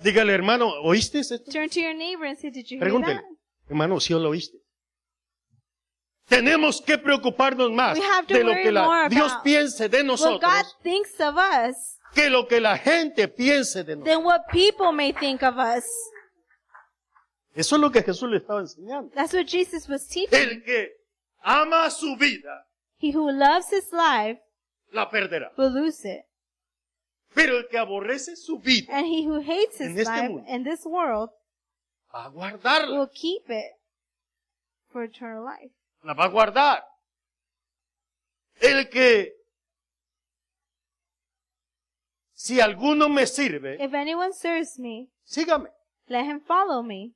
Dígale, hermano, ¿oíste esto? Turn to your neighbor and say, Did you hear Pregúntele, that? hermano, si lo oíste. Tenemos que preocuparnos más We have to de lo worry que la, more Dios about piense de What God nosotros thinks of us que lo que la gente piense de nosotros. than what people may think of us. Eso es lo que Jesús le estaba enseñando. That's what Jesus was teaching. El que ama su vida, He who loves his life la perderá. will lose it, Pero el que aborrece su vida, and he who hates En his este life mundo. in this world va a guardarla. will keep it for eternal life. La va a guardar. El que, si alguno me sirve, If anyone serves me, sígame. let him follow me.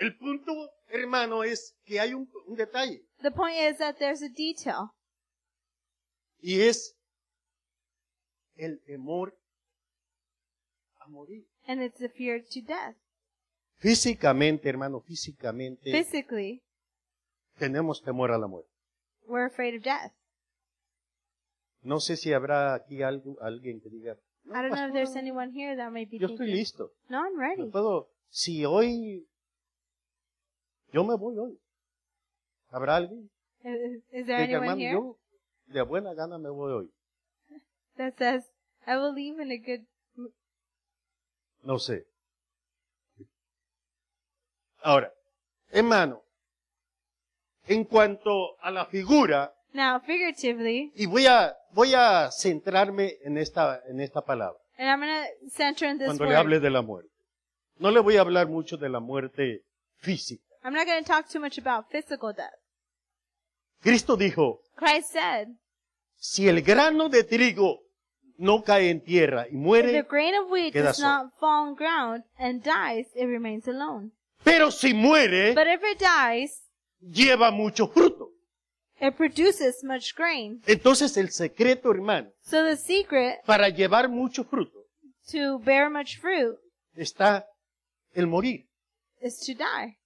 El punto, hermano, es que hay un, un detalle. The point is that there's a detail, Y es el temor a morir. and it's the fear to death. Físicamente, hermano, físicamente Physically, tenemos temor a la muerte. we're afraid of death. No sé si habrá aquí algo, alguien que diga, "No, I don't know if pastor, there's anyone here that may be yo estoy thinking, listo. no, I'm Me ready. puedo, si hoy, yo me voy hoy. ¿Habrá alguien Is, is que there diga, anyone hermano, here yo de buena gana me voy hoy? that says, I will leave in a good, No sé. Ahora, hermano, en cuanto a la figura, now figuratively, y voy a, voy a centrarme en esta, en esta palabra, and I'm going to center in this cuando word. le hable de la muerte. No le voy a hablar mucho de la muerte física. I'm not going to talk too much about physical death. Cristo dijo, Christ said, si el grano de trigo no cae en tierra y if the muere, grain of wheat queda does solo. not fall on ground and dies, it remains alone. pero si muere, But if it dies, lleva mucho fruto. it produces much grain. Entonces el secreto, hermano, So the secret para llevar mucho fruto to bear much fruit está el morir. is to die.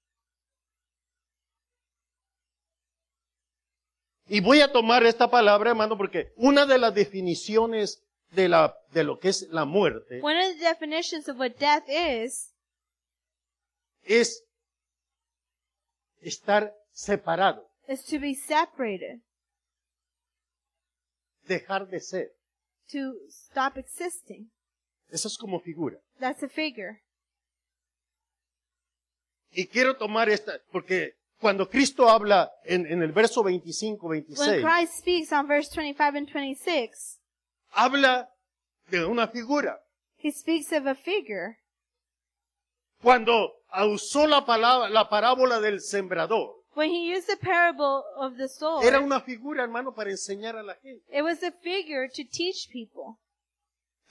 Y voy a tomar esta palabra, hermano, porque una de las definiciones de, la, de lo que es la muerte One of the definitions of what death is, es estar separado, is to be separated, dejar de ser. to stop existing. Eso es como figura. That's a figure. Y quiero tomar esta, porque cuando Cristo habla en, en el verso 25, When 26, Christ speaks on verse 25 and 26, habla de una figura. he speaks of a figure. Cuando usó la palabra, la parábola del sembrador, When he used the parable of the soul, era una figura, hermano, para enseñar a la gente. it was a figure to teach people.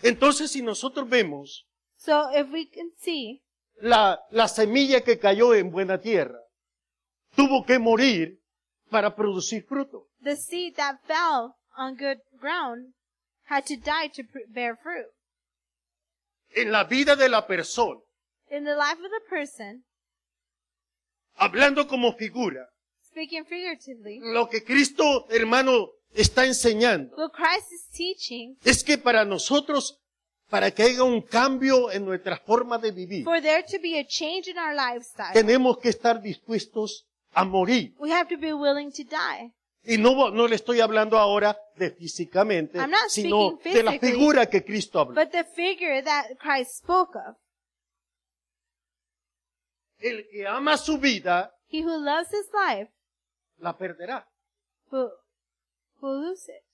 Entonces, si nosotros vemos So if we can see la, la semilla que cayó en buena tierra tuvo que morir para producir fruto. the seed that fell on good ground had to die to pr- bear fruit. En la vida de la persona, In the life of the person, hablando como figura, speaking figuratively, lo que Cristo, hermano, está enseñando what Christ is teaching, es que para nosotros, para que haya un cambio en nuestra forma de vivir, for there to be a change in our lifestyle, tenemos que estar dispuestos a morir. we have to be willing to die. Y no, no le estoy hablando ahora de físicamente, I'm not sino speaking de la physically, figura que Cristo habló. But the figure that Christ spoke of, El que ama su vida, he who loves his life la perderá. will, will lose it.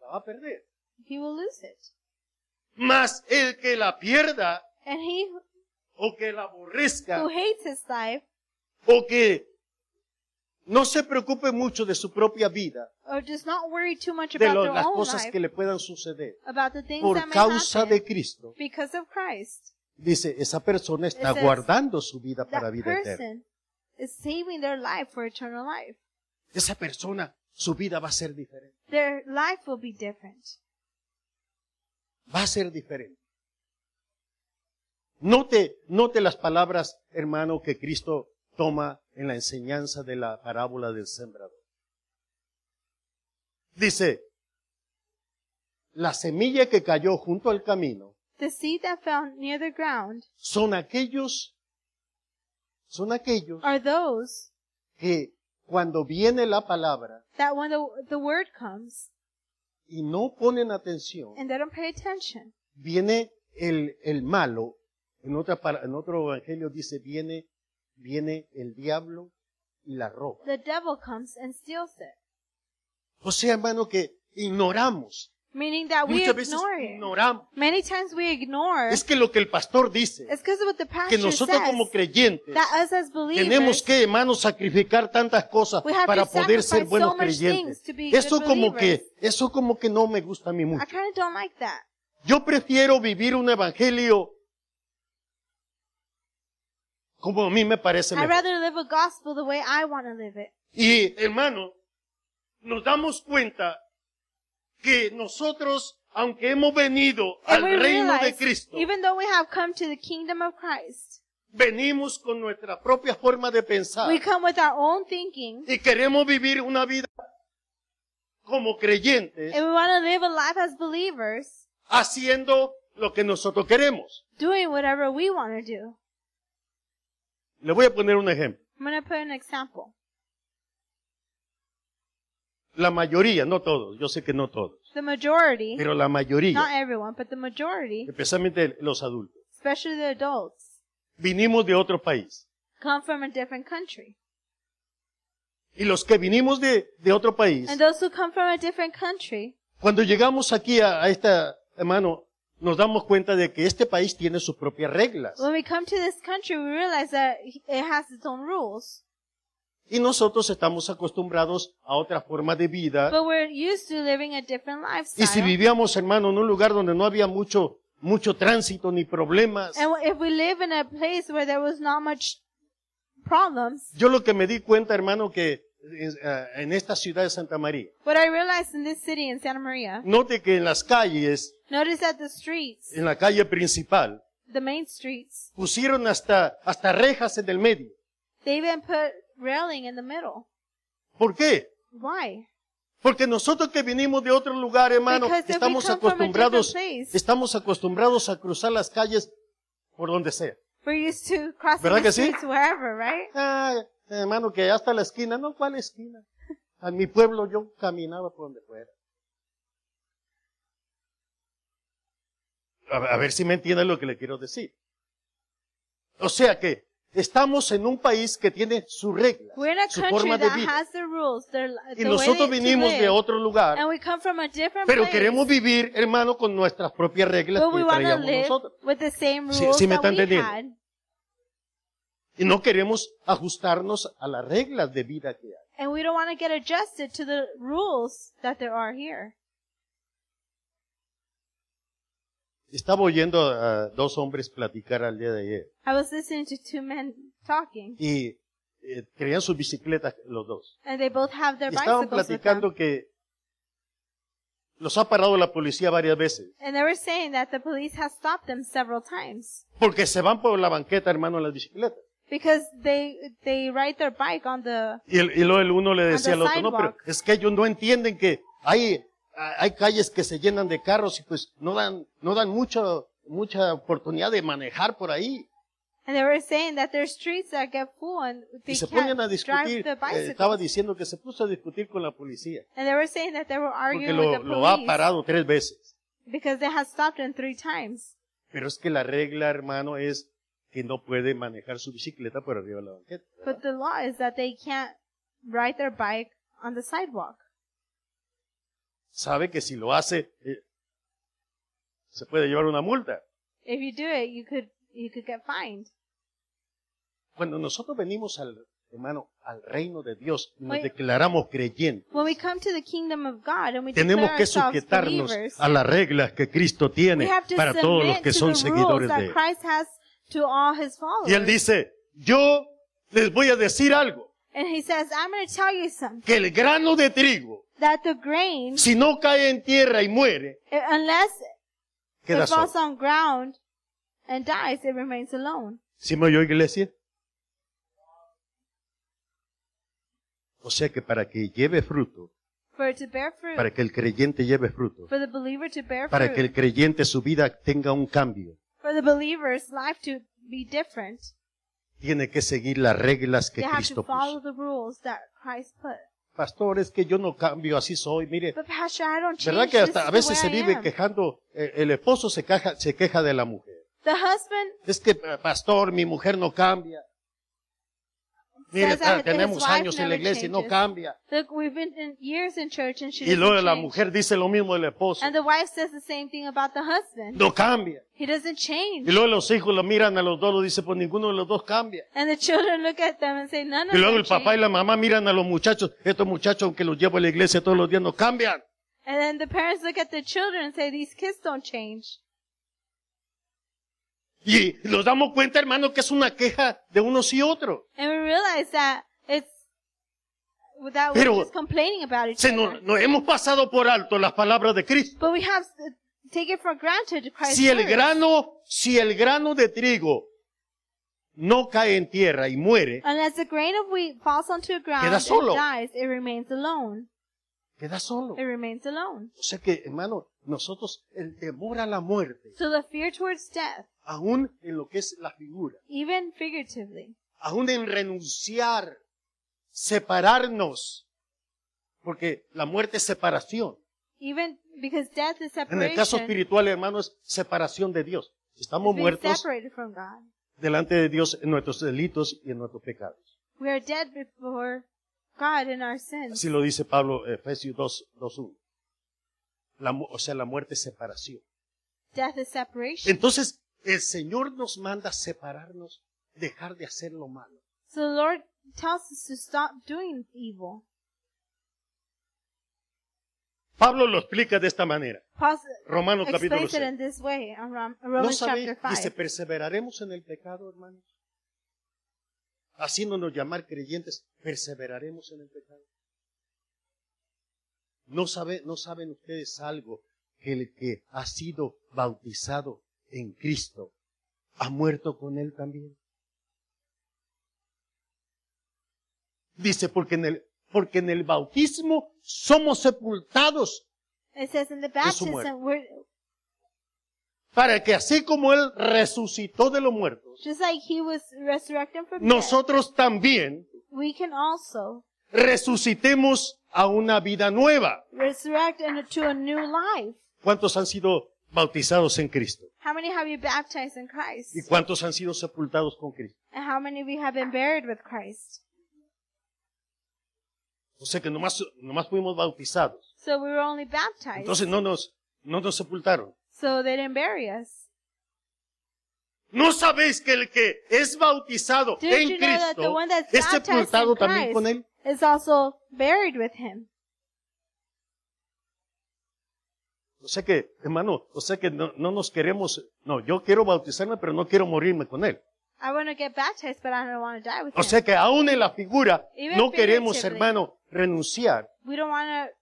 la va a perder. He will lose it. Mas el que la pierda And he who- o que la aborrezca who hates his life o que no se preocupe mucho de su propia vida, or does not worry too much de about lo- their las own cosas life, que le puedan suceder about the things por that may causa happen de Cristo, because of Christ. dice, esa persona está Ese es- guardando su vida para That vida eterna. person is saving their life for eternal life. Esa persona, su vida va a ser diferente, Their life will be different. va a ser diferente. Note, note las palabras, hermano, que Cristo toma en la enseñanza de la parábola del sembrador. Dice, la semilla que cayó junto al camino The seed that fell near the ground son aquellos, son aquellos are those que cuando viene la palabra that when the, the word comes y no ponen atención, and they don't pay attention, viene el, el malo, En, otra, para- en otro evangelio dice, viene, viene el diablo y la roba. The devil comes and steals it. O sea, hermano, que ignoramos. Meaning that we Muchas veces ignore it. ignoramos. Many times we ignore. Es que lo que el pastor dice, It's because of what the pastor que nosotros says. como creyentes that us as believers, tenemos que, hermano, sacrificar tantas cosas We have to para poder ser sacrifice buenos so much creyentes. things to be good Eso como believers. que, eso como que no me gusta a mí mucho. I kind of don't like that. Yo prefiero vivir un evangelio como a mí me parece I'd mejor. rather live a gospel the way I want to live it. Y hermano, nos damos cuenta que nosotros, aunque hemos venido al And we reino de realize, Cristo, even though we have come to the kingdom of Christ, venimos con nuestra propia forma de pensar we come with our own thinking, y queremos vivir una vida como creyentes, and we want to live a life as believers, haciendo lo que nosotros queremos. doing whatever we want to do. Le voy a poner un ejemplo. I'm going to put an example. La mayoría, no todos, yo sé que no todos, The majority, pero la mayoría not everyone, but the majority, especialmente los adultos. especially the adults, Vinimos de otro país. come from a different country. Y los que vinimos de, de otro país, And those who come from a different country, cuando llegamos aquí a, a esta, hermano, nos damos cuenta de que este país tiene sus propias reglas. when we come to this country, we realize that it has its own rules. Y nosotros estamos acostumbrados a otra forma de vida. But we're used to living a different Y si lifestyle. vivíamos, hermano, en un lugar donde no había mucho, mucho tránsito ni problemas. And if we live in a place where there was not much problems, Yo lo que me di cuenta, hermano, que es, eh, en esta ciudad de Santa María, what I realized in this city in Santa Maria, note que en las calles, notice that the streets, en la calle principal, the main streets, pusieron hasta, hasta rejas en el medio. they even put railing in the middle. ¿Por qué? Why? Porque nosotros que vinimos de otro lugar, hermano, Because if we estamos come from a acostumbrados, different place- estamos acostumbrados a cruzar las calles por donde sea. We're used to crossing ¿Verdad the que sí? streets wherever, right? Ah, hermano, que hasta la esquina, no, ¿cuál esquina? A mi pueblo yo caminaba por donde fuera. A, a ver si me entiende lo que le quiero decir. O sea que estamos en un país que tiene su regla, We're in a su country forma de that vida. has the rules, their, li- Y the way nosotros to vinimos de live. otro lugar. And we come from a different Pero place, queremos vivir, hermano, con nuestras propias reglas but we que want to traíamos live nosotros. with the same Sí- rules sí me that están we entendiendo. had. Y no queremos ajustarnos a las reglas de vida que hay. And we don't want to get adjusted to the rules that there are here. Estaba oyendo a dos hombres platicar al día de ayer I was listening to two men talking, y eh, traían sus bicicletas los dos. and they both have their Y estaban bicycles with them. platicando que los ha parado la policía varias veces And they were saying that the police has stopped them several times porque se van por la banqueta, hermano, en las bicicletas. because they they ride their bike on the. Y el, y luego el uno le the decía al otro, no, pero sidewalk. es que ellos no entienden que hay, hay calles que se llenan de carros y pues no dan, no dan mucho, mucha oportunidad de manejar por ahí. And they were saying that there's streets that get full and they Y se can't ponen a drive discutir. the Eh, estaba bicycles. diciendo que se puso a discutir con la policía and they were saying that they were porque arguing lo, with the lo ha police parado tres veces. because they had stopped them three times. Pero es que la regla, hermano, es que no puede manejar su bicicleta por arriba de la banqueta. But the law is that they can't ride their bike on the sidewalk. Sabe que si lo hace, eh, se puede llevar una multa. If you do it, you could you could get fined. Cuando nosotros venimos al, hermano, al reino de Dios, y nos Oye. declaramos creyentes, When we come to the kingdom of God and we tenemos declare que ourselves sujetarnos believers, a las reglas que Cristo we tiene have to para todos los submit que to son the rules seguidores de that Él. Christ has to all his followers. Y Él dice, yo les voy a decir algo, and he says, I'm going to tell you something, que el grano de trigo, that the grain, si no cae en tierra y muere, i- unless queda it falls solo. on ground and dies, it remains alone. ¿Sí me oyó, iglesia? O sea que para que lleve fruto, For it to bear fruit, para que el creyente lleve fruto, for the believer to bear para fruit, que el creyente su vida tenga un cambio, for the believer's life to be different, tiene que seguir las reglas que they have to Cristo follow puso. the rules that Christ put. Pastor, es que yo no cambio, así soy, mire. But Pastor, I don't change ¿Verdad que this hasta a is the veces way se I vive am. quejando, eh, el esposo se, caja- se queja de la mujer? The husband Es que, eh, pastor, mi mujer no cambia. Mire, ah, Says that his tenemos wife años en la never iglesia y no changes. cambia. Look, we've been in years in church and she Y luego doesn't la change. mujer dice lo mismo del esposo. And the wife says the same thing about the husband. No cambia. He doesn't Y change. luego los hijos lo miran a los dos y dicen, pues ninguno de los dos cambia. And the children look at them and say, none of Y luego them el papá y change. la mamá miran a los muchachos. Estos muchachos, aunque los llevo a la iglesia todos los días, no cambian. And then the parents look at the children and say, these kids don't change. Y nos damos cuenta, hermano, que es una queja de unos y otros. And we realize that it's that we're Pero- just complaining about each Se other. nos, nos hemos pasado por alto las palabras de Cristo. But we have s- take it for granted Christ's Si el words. grano, si el grano de trigo no cae en tierra y muere, Unless the grain of wheat falls onto the ground Queda solo. and dies, it remains alone. queda solo. It remains alone. O sea que, hermano, nosotros el temor a la muerte, So the fear towards death, aún en lo que es la figura, even figuratively, aún en renunciar, separarnos, porque la muerte es separación. even because death is En separation, el caso espiritual, hermano, es separación de Dios. Estamos we've been muertos separated from God. delante de Dios en nuestros delitos y en nuestros pecados. We are dead before God in our sins. Así lo dice Pablo, eh, Efesios 2, 2.1. La mu- o sea, la muerte es separación. Death is separation. Entonces, el Señor nos manda separarnos, dejar de hacer lo malo. So the Lord tells us to stop doing evil. Pablo lo explica de esta manera. Paul Romanos capítulo explains it 6. in this way on Rom- ¿No Romans sabéis? chapter 5. Dice, perseveraremos en el pecado, hermanos. Haciéndonos llamar creyentes, perseveraremos en el pecado. ¿No, sabe, ¿No saben ustedes algo? Que el que ha sido bautizado en Cristo ha muerto con él también. Dice, porque en el, porque en el bautismo somos sepultados It says in the su muerte. baptism, we're, para que así como Él resucitó de los muertos, just like he was resurrected from death, nosotros también we can also resucitemos a una vida nueva. resurrect into a new life. ¿Cuántos han sido bautizados en Cristo? How many have you baptized in Christ? ¿Y cuántos han sido sepultados con Cristo? And how many of you have been buried with Christ? O sea que nomás, nomás fuimos bautizados. So we were only baptized. Entonces no nos, no nos sepultaron. so they didn't bury us. ¿No sabéis que el que es bautizado Did en you know that the Cristo one that's es baptized sepultado in también Christ con Él? is also buried with him? O sea que, hermano, o sea que no, no nos queremos, no, yo quiero bautizarme, pero no quiero morirme con Él. I want to get baptized, but I don't want to die with O him. sea que aún en la figura Even no queremos, figuratively. hermano, renunciar. we don't want to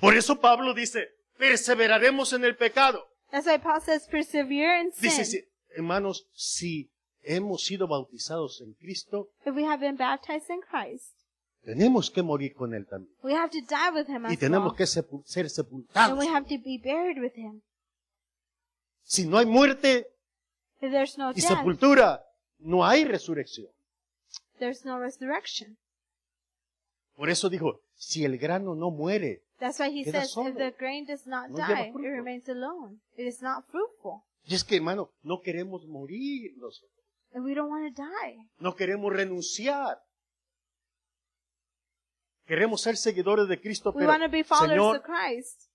Por eso Pablo dice, perseveraremos en el pecado. That's why Paul says, persevere in sin. Dice, si- hermanos, si hemos sido bautizados en Cristo, if we have been baptized in Christ, tenemos que morir con Él también. we have to die with Y him as well. tenemos que sepu- ser And sepultados. we have to be buried with him. Si no hay muerte If there's no y death, sepultura, no hay resurrección. there's no resurrection. Por eso dijo, si el grano no muere, That's why he Queda says, solo. if the grain does not No lleva die, it fruto. remains alone. It is not fruitful. y es que, hermano, no queremos morir nosotros. And we don't want to die. No queremos renunciar. Queremos ser seguidores de Cristo, We pero want to be followers Señor, of Christ.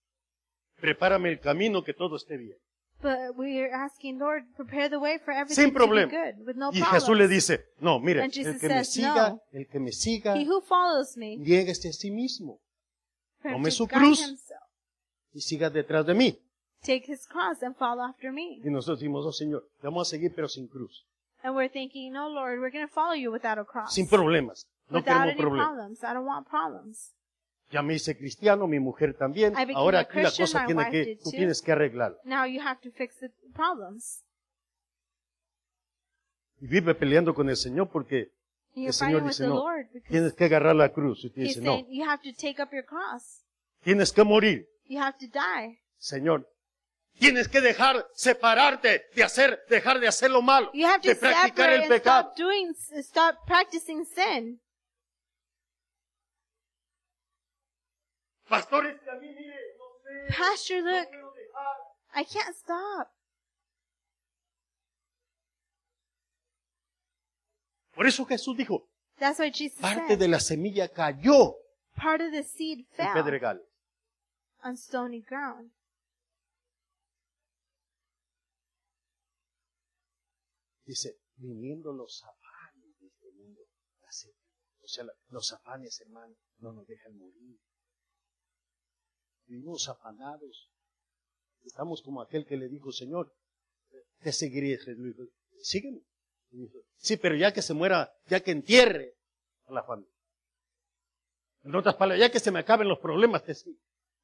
prepárame el camino que todo esté bien. But we are asking, Lord, prepare the way for everything to be problema. good, with no y Jesús le problem. dice, no, mire, And Jesus el que me says, siga, no. el que me siga, He who follows me, niéguese a sí mismo have Tome to su guard cruz. himself. y siga detrás de mí. Take his cross and follow after me. Y nosotros decimos, oh Señor, te vamos a seguir pero sin cruz, And we're thinking, no, Lord, we're going to follow you without a cross. sin problemas. No without queremos any problemas. problemas. I don't want problems. Ya me hice cristiano, mi mujer también. I became Ahora a aquí la Christian, cosa my tiene wife que, did tú too. tienes que arreglarla. Now you have to fix the problems. Y vive peleando con el Señor porque And you're El Señor fighting with dice, the "No, Lord because tienes que agarrar la cruz. Y tú He's dices, no, saying you have to take up your cross. tienes que morir. You have to die. Señor, tienes que dejar, separarte de hacer, dejar de hacer lo malo, You have to de practicar separate el and pecado. stop doing, stop practicing sin. Pastores, a mí, mire, no sé, Pastor, no look, quiero dejar. I can't stop. Por eso Jesús dijo, That's why Jesus parte said de la semilla cayó part of the seed en fell pedregales. on stony ground. Dice, viniendo los afanes de este mundo, la semilla. O sea, la- los afanes, hermano, no nos dejan morir. Vivimos afanados. Estamos como aquel que le dijo, Señor, te seguiré, Jesús. Dijo, Sígueme. Y dijo, sí, pero ya que se muera, ya que entierre a la familia. En otras palabras, ya que se me acaben los problemas, te sigo.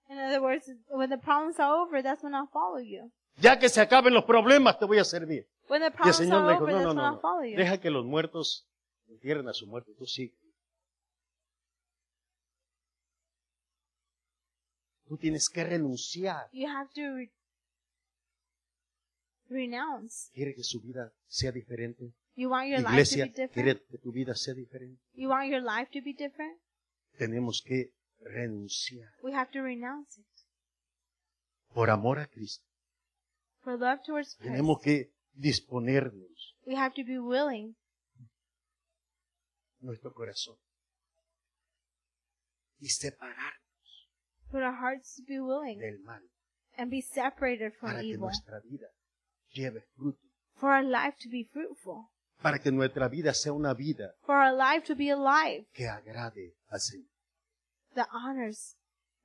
In other words, when the problems are over, that's when I'll follow you. Ya que se acaben los problemas, te voy a servir. When Y the el problems Señor are le dijo, over, no, no, that's when no, I'll follow no. you. deja que los muertos entierren a su muerto, tú sí. Tú tienes que renunciar. You have to re- renounce. Quiere que su vida sea diferente. You want your life to be Iglesia, different. quiere que tu vida sea diferente. You want your life to be different. Tenemos que renunciar We have to renounce it por amor a Cristo. for love towards Christ. Tenemos que disponernos We have to be willing nuestro corazón y separarnos for our hearts to be willing del mal and be separated from para que evil, nuestra vida lleve fruto. for our life to be fruitful, para que nuestra vida sea una vida for our life to be alive que agrade al Señor. that honors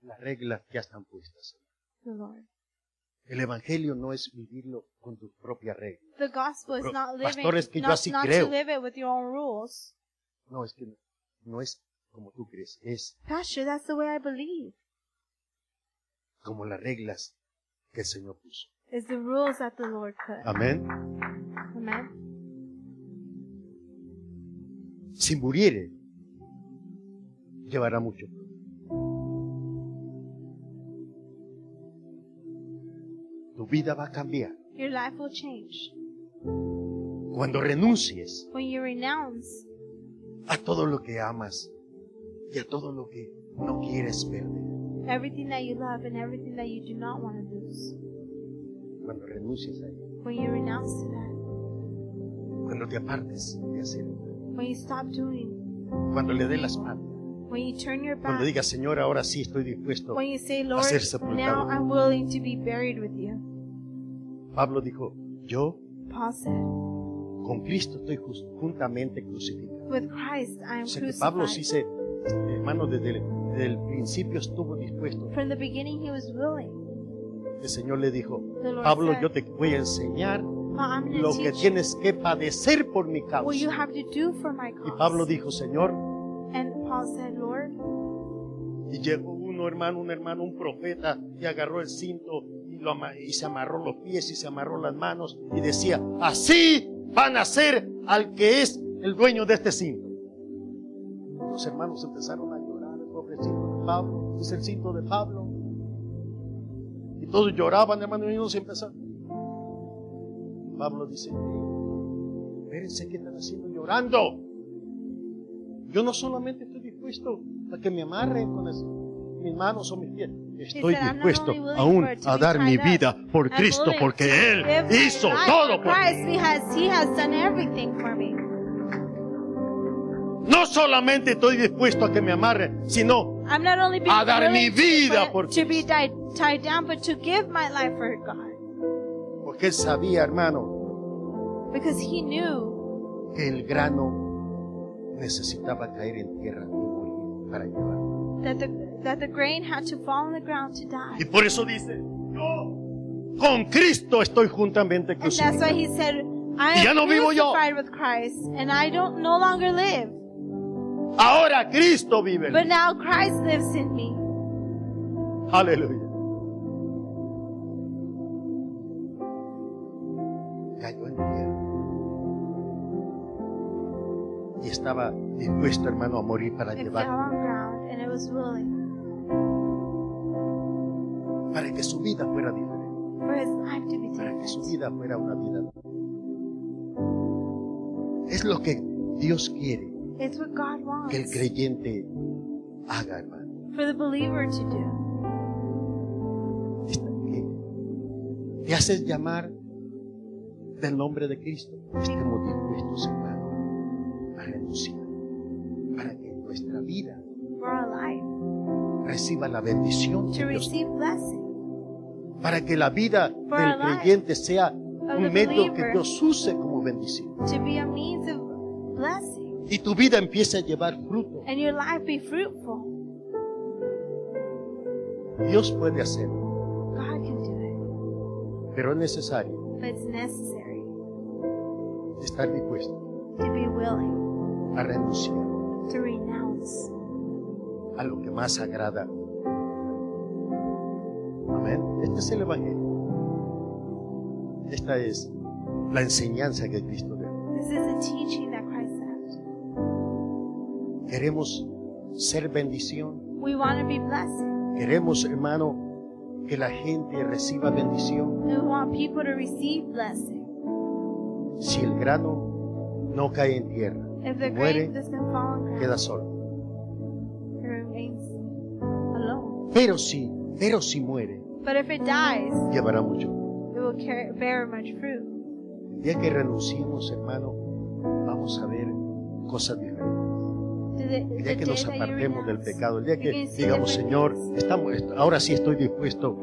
Las reglas ya están puestas. the Lord. El Evangelio no es vivirlo con tus propias reglas. The gospel is Pero, not living, pastor, es que yo not, así not to creo. live it with your own rules. No, es que no, no es como tú crees, es Pastor, that's the way I believe. como las reglas que el Señor puso. Is the rules that the Lord put. Amén. Amen. Si muriere, llevará mucho. Tu vida va a cambiar Your life will change cuando renuncies when you renounce a todo lo que amas y a todo lo que no quieres perder. everything that you love and everything that you do not want to lose. Cuando renuncies a él, When you renounce to that, cuando te apartes de hacer, when you stop doing, cuando le des la espalda, when you turn your cuando back, digas, Señor, ahora sí estoy dispuesto. when you say, a Lord, ser sepultado. now I'm willing to be buried with you. Pablo dijo, yo Paul said, con Cristo estoy jus- juntamente crucificado. with Christ O I am sea que Pablo sí crucified. se, hermano, desde el, desde el principio estuvo dispuesto. From the beginning he was willing. El Señor le dijo, The Lord Pablo, said, yo te voy a enseñar "Well, I'm lo going que to teach you tienes que padecer por mi what you causa. have to do for my cause. Y Pablo dijo, Señor, and Paul said, Lord, Y llegó uno, hermano, un hermano, un profeta, y agarró el cinto y, lo ama- y se amarró los pies y se amarró las manos y decía, así van a ser al que es el dueño de este cinto. Los hermanos empezaron a llorar, el pobrecito de Pablo, es el cinto de Pablo. Y todos lloraban, hermano, y unos empezaron. Pablo dice, espérense que están haciendo llorando. Yo no solamente estoy dispuesto a que me amarren con las- mis manos o mis pies. Estoy said, "I'm not dispuesto only willing aún for it to a be dar tied mi up. vida por I'm Cristo willing porque to Él live my hizo life todo for por mí. Christ. He has, he has done everything for me. No solamente estoy dispuesto a que me amarren, sino I'm not only being A dar willing mi vida to, por to be tied, tied down, but to give my life for God. porque Él sabía, hermano, Because He knew que el grano necesitaba caer en tierra y morir para llevarlo. that the, that the grain had to fall on the ground to Y die. por eso dice, yo con Cristo estoy juntamente And that's crucificado. why He said, I Y ya am no vivo yo. crucified with Christ, and I don't no longer live. Ahora Cristo vive. en But now Christ lives in me. mí. Aleluya. Cayó en tierra. Y estaba dispuesto, hermano, a morir para It fell llevar, on ground, and it was willing para que su vida fuera diferente, for His life to be para que su different. vida fuera una vida. Es lo que Dios quiere It's what God wants que el creyente haga, hermano. for the believer to do. Está aquí. Te haces Este llamar del nombre de Cristo. Estamos dispuestos, hermano, para tu cielo, para que nuestra vida for our life, reciba la bendición to de Dios, receive blessing para que la vida For our del lives. creyente sea un the medio que believer. Dios use como bendición. to be a means of blessing, Y tu vida empiece a llevar fruto. and your life be fruitful. Dios puede hacerlo, God can do pero es necesario it, but it's necessary estar dispuesto to be willing a renunciar to renounce a lo que más agrada. Amén. Este es el Evangelio. Esta es la enseñanza que Cristo dio. This is a teaching that Christ left. Queremos ser bendición. We want to be blessed. Queremos, hermano, que la gente reciba bendición. We want people to receive blessing. Si el grano no cae en tierra, If the Muere, grain doesn't fall on ground, queda solo. it remains alone. Pero si, pero si muere, But if it dies, llevará mucho. it will car- bear much fruit. El día que renunciemos, hermano, vamos a ver cosas diferentes. The, the, El the día que nos day that you apartemos del renounce, pecado, el día you que can see digamos, different Señor, things. estamos, ahora sí estoy dispuesto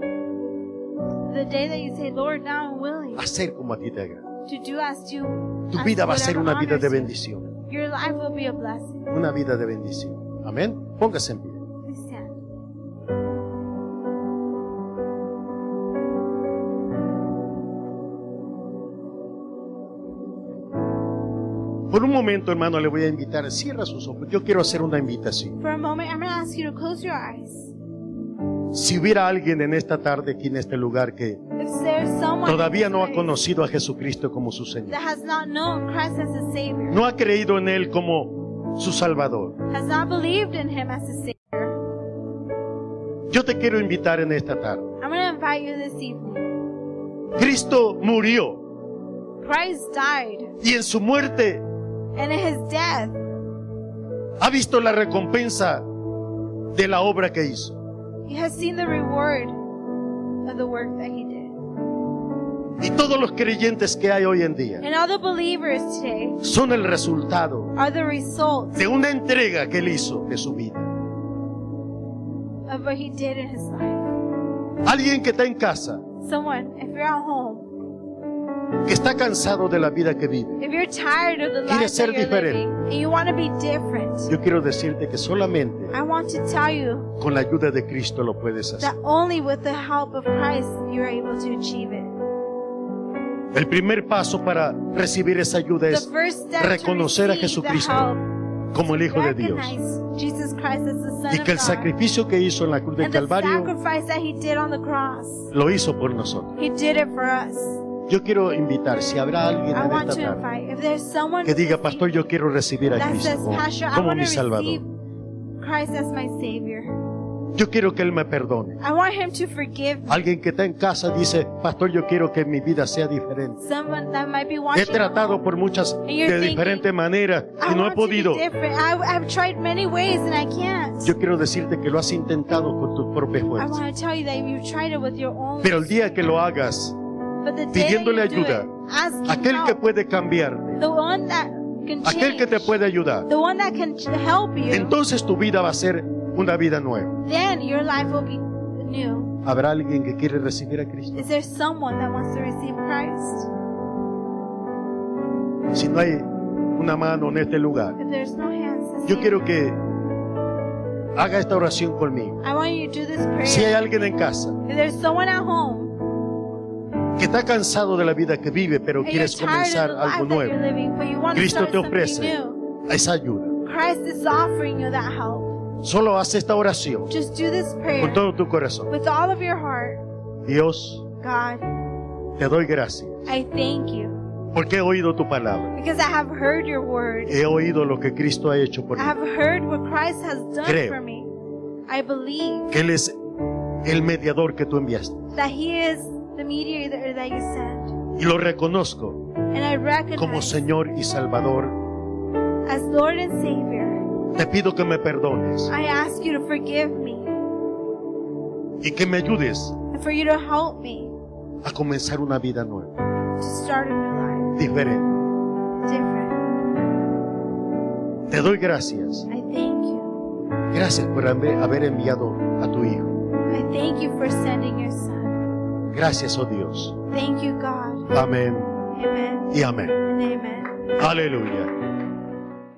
the day that you say, Lord, now I'm willing a hacer como a ti te agrada. to do as you. Tu as vida va a ser whatever una vida de honors you. bendición, Your life will be a blessing. una vida de bendición. Amén. Póngase en pie. Please stand. Por un momento, hermano, le voy a invitar, cierra sus ojos. Yo quiero hacer una invitación. For a moment, I'm going to ask you to close your eyes. Si hubiera alguien en esta tarde aquí en este lugar que If there's someone in todavía this no ha place conocido a Jesucristo como su Señor, that has not known Christ as a Savior, no ha creído en Él como su Salvador, has not believed in him as a savior, yo te quiero invitar en esta tarde. I'm going to invite you this evening. Cristo murió Christ died, y en su muerte and in his death, ha visto la recompensa de la obra que hizo. he has seen the reward of the work that he did. Y todos los creyentes que hay hoy en día And all the believers today son el resultado are the result de una entrega que él hizo de su vida. of what he did in his life. Alguien que está en casa, Someone, if you're at home, que está cansado de la vida que vive, if you're tired of the Quiere life ser that you're diferente. living, and you want to be different, yo quiero decirte que solamente I want to tell you con la ayuda de Cristo lo puedes that hacer. only with the help of Christ you're able to achieve it. El primer paso para recibir esa ayuda The es first step reconocer to a receive the Jesucristo help como el Hijo de Dios recognize Jesus Christ as the Son y que el of God. sacrificio que hizo en la cruz del And the Calvario sacrifice that he did on the cross. lo hizo por nosotros. He did it for us. Yo quiero invitar, si habrá alguien I en want esta to tarde invite, if there's someone que diga, pastor, yo quiero recibir a that Cristo says, como, Pastor, I como want mi to Salvador. receive Christ as my Savior. Yo quiero que Él me perdone. I want him to forgive me. Alguien que está en casa dice, pastor, yo quiero que mi vida sea diferente. Someone that might be He watching. tratado por muchas, you're de diferentes maneras I y no he want to be podido. different. I, I've tried many ways and I can't. Yo quiero decirte que lo has intentado con tus propias I fuerzas. want to tell you that you've tried it with your own. Pero el día que lo hagas, But the day that you pidiéndole do it, ayuda, asking aquel que help, puede cambiarte, the one that can aquel que te change. puede ayudar, the one that can ch- help you, entonces tu vida va a ser una vida nueva. then your life will be new. ¿Habrá alguien que quiere recibir a Cristo? Is there someone that wants to receive Christ? Si no hay una mano en este lugar. If there's no hands, this Yo quiero evening, que haga esta oración conmigo. I want you to do this prayer. Si hay alguien en casa if there's someone at home que está cansado de la vida que vive, pero and you're quieres tired of comenzar the life algo that you're nuevo, living, but you want Cristo te to start ofrece. something new, esa ayuda. Christ is offering you that help. Solo haz esta oración Just do this prayer con todo tu corazón. with all of your heart. Dios, God, te doy gracias I thank you porque he oído tu palabra. because I have heard your word. He oído lo que Cristo ha hecho por I mí. have heard what Christ has done Creo. for me. I believe. Que Él es el mediador que tú enviaste. that he is the mediator that you sent. Y lo reconozco And I como recognize Señor y Salvador. as Lord and Savior, Te pido que me perdones I ask you to forgive me y que me ayudes and for you to help me a comenzar una vida nueva, to start a new life, diferente. different. Te doy gracias. I thank you. Gracias por haber haber enviado a tu Hijo. I thank you for sending your son. Gracias, oh Dios. Thank you, God. Amén Amen y amén. and amen. Aleluya.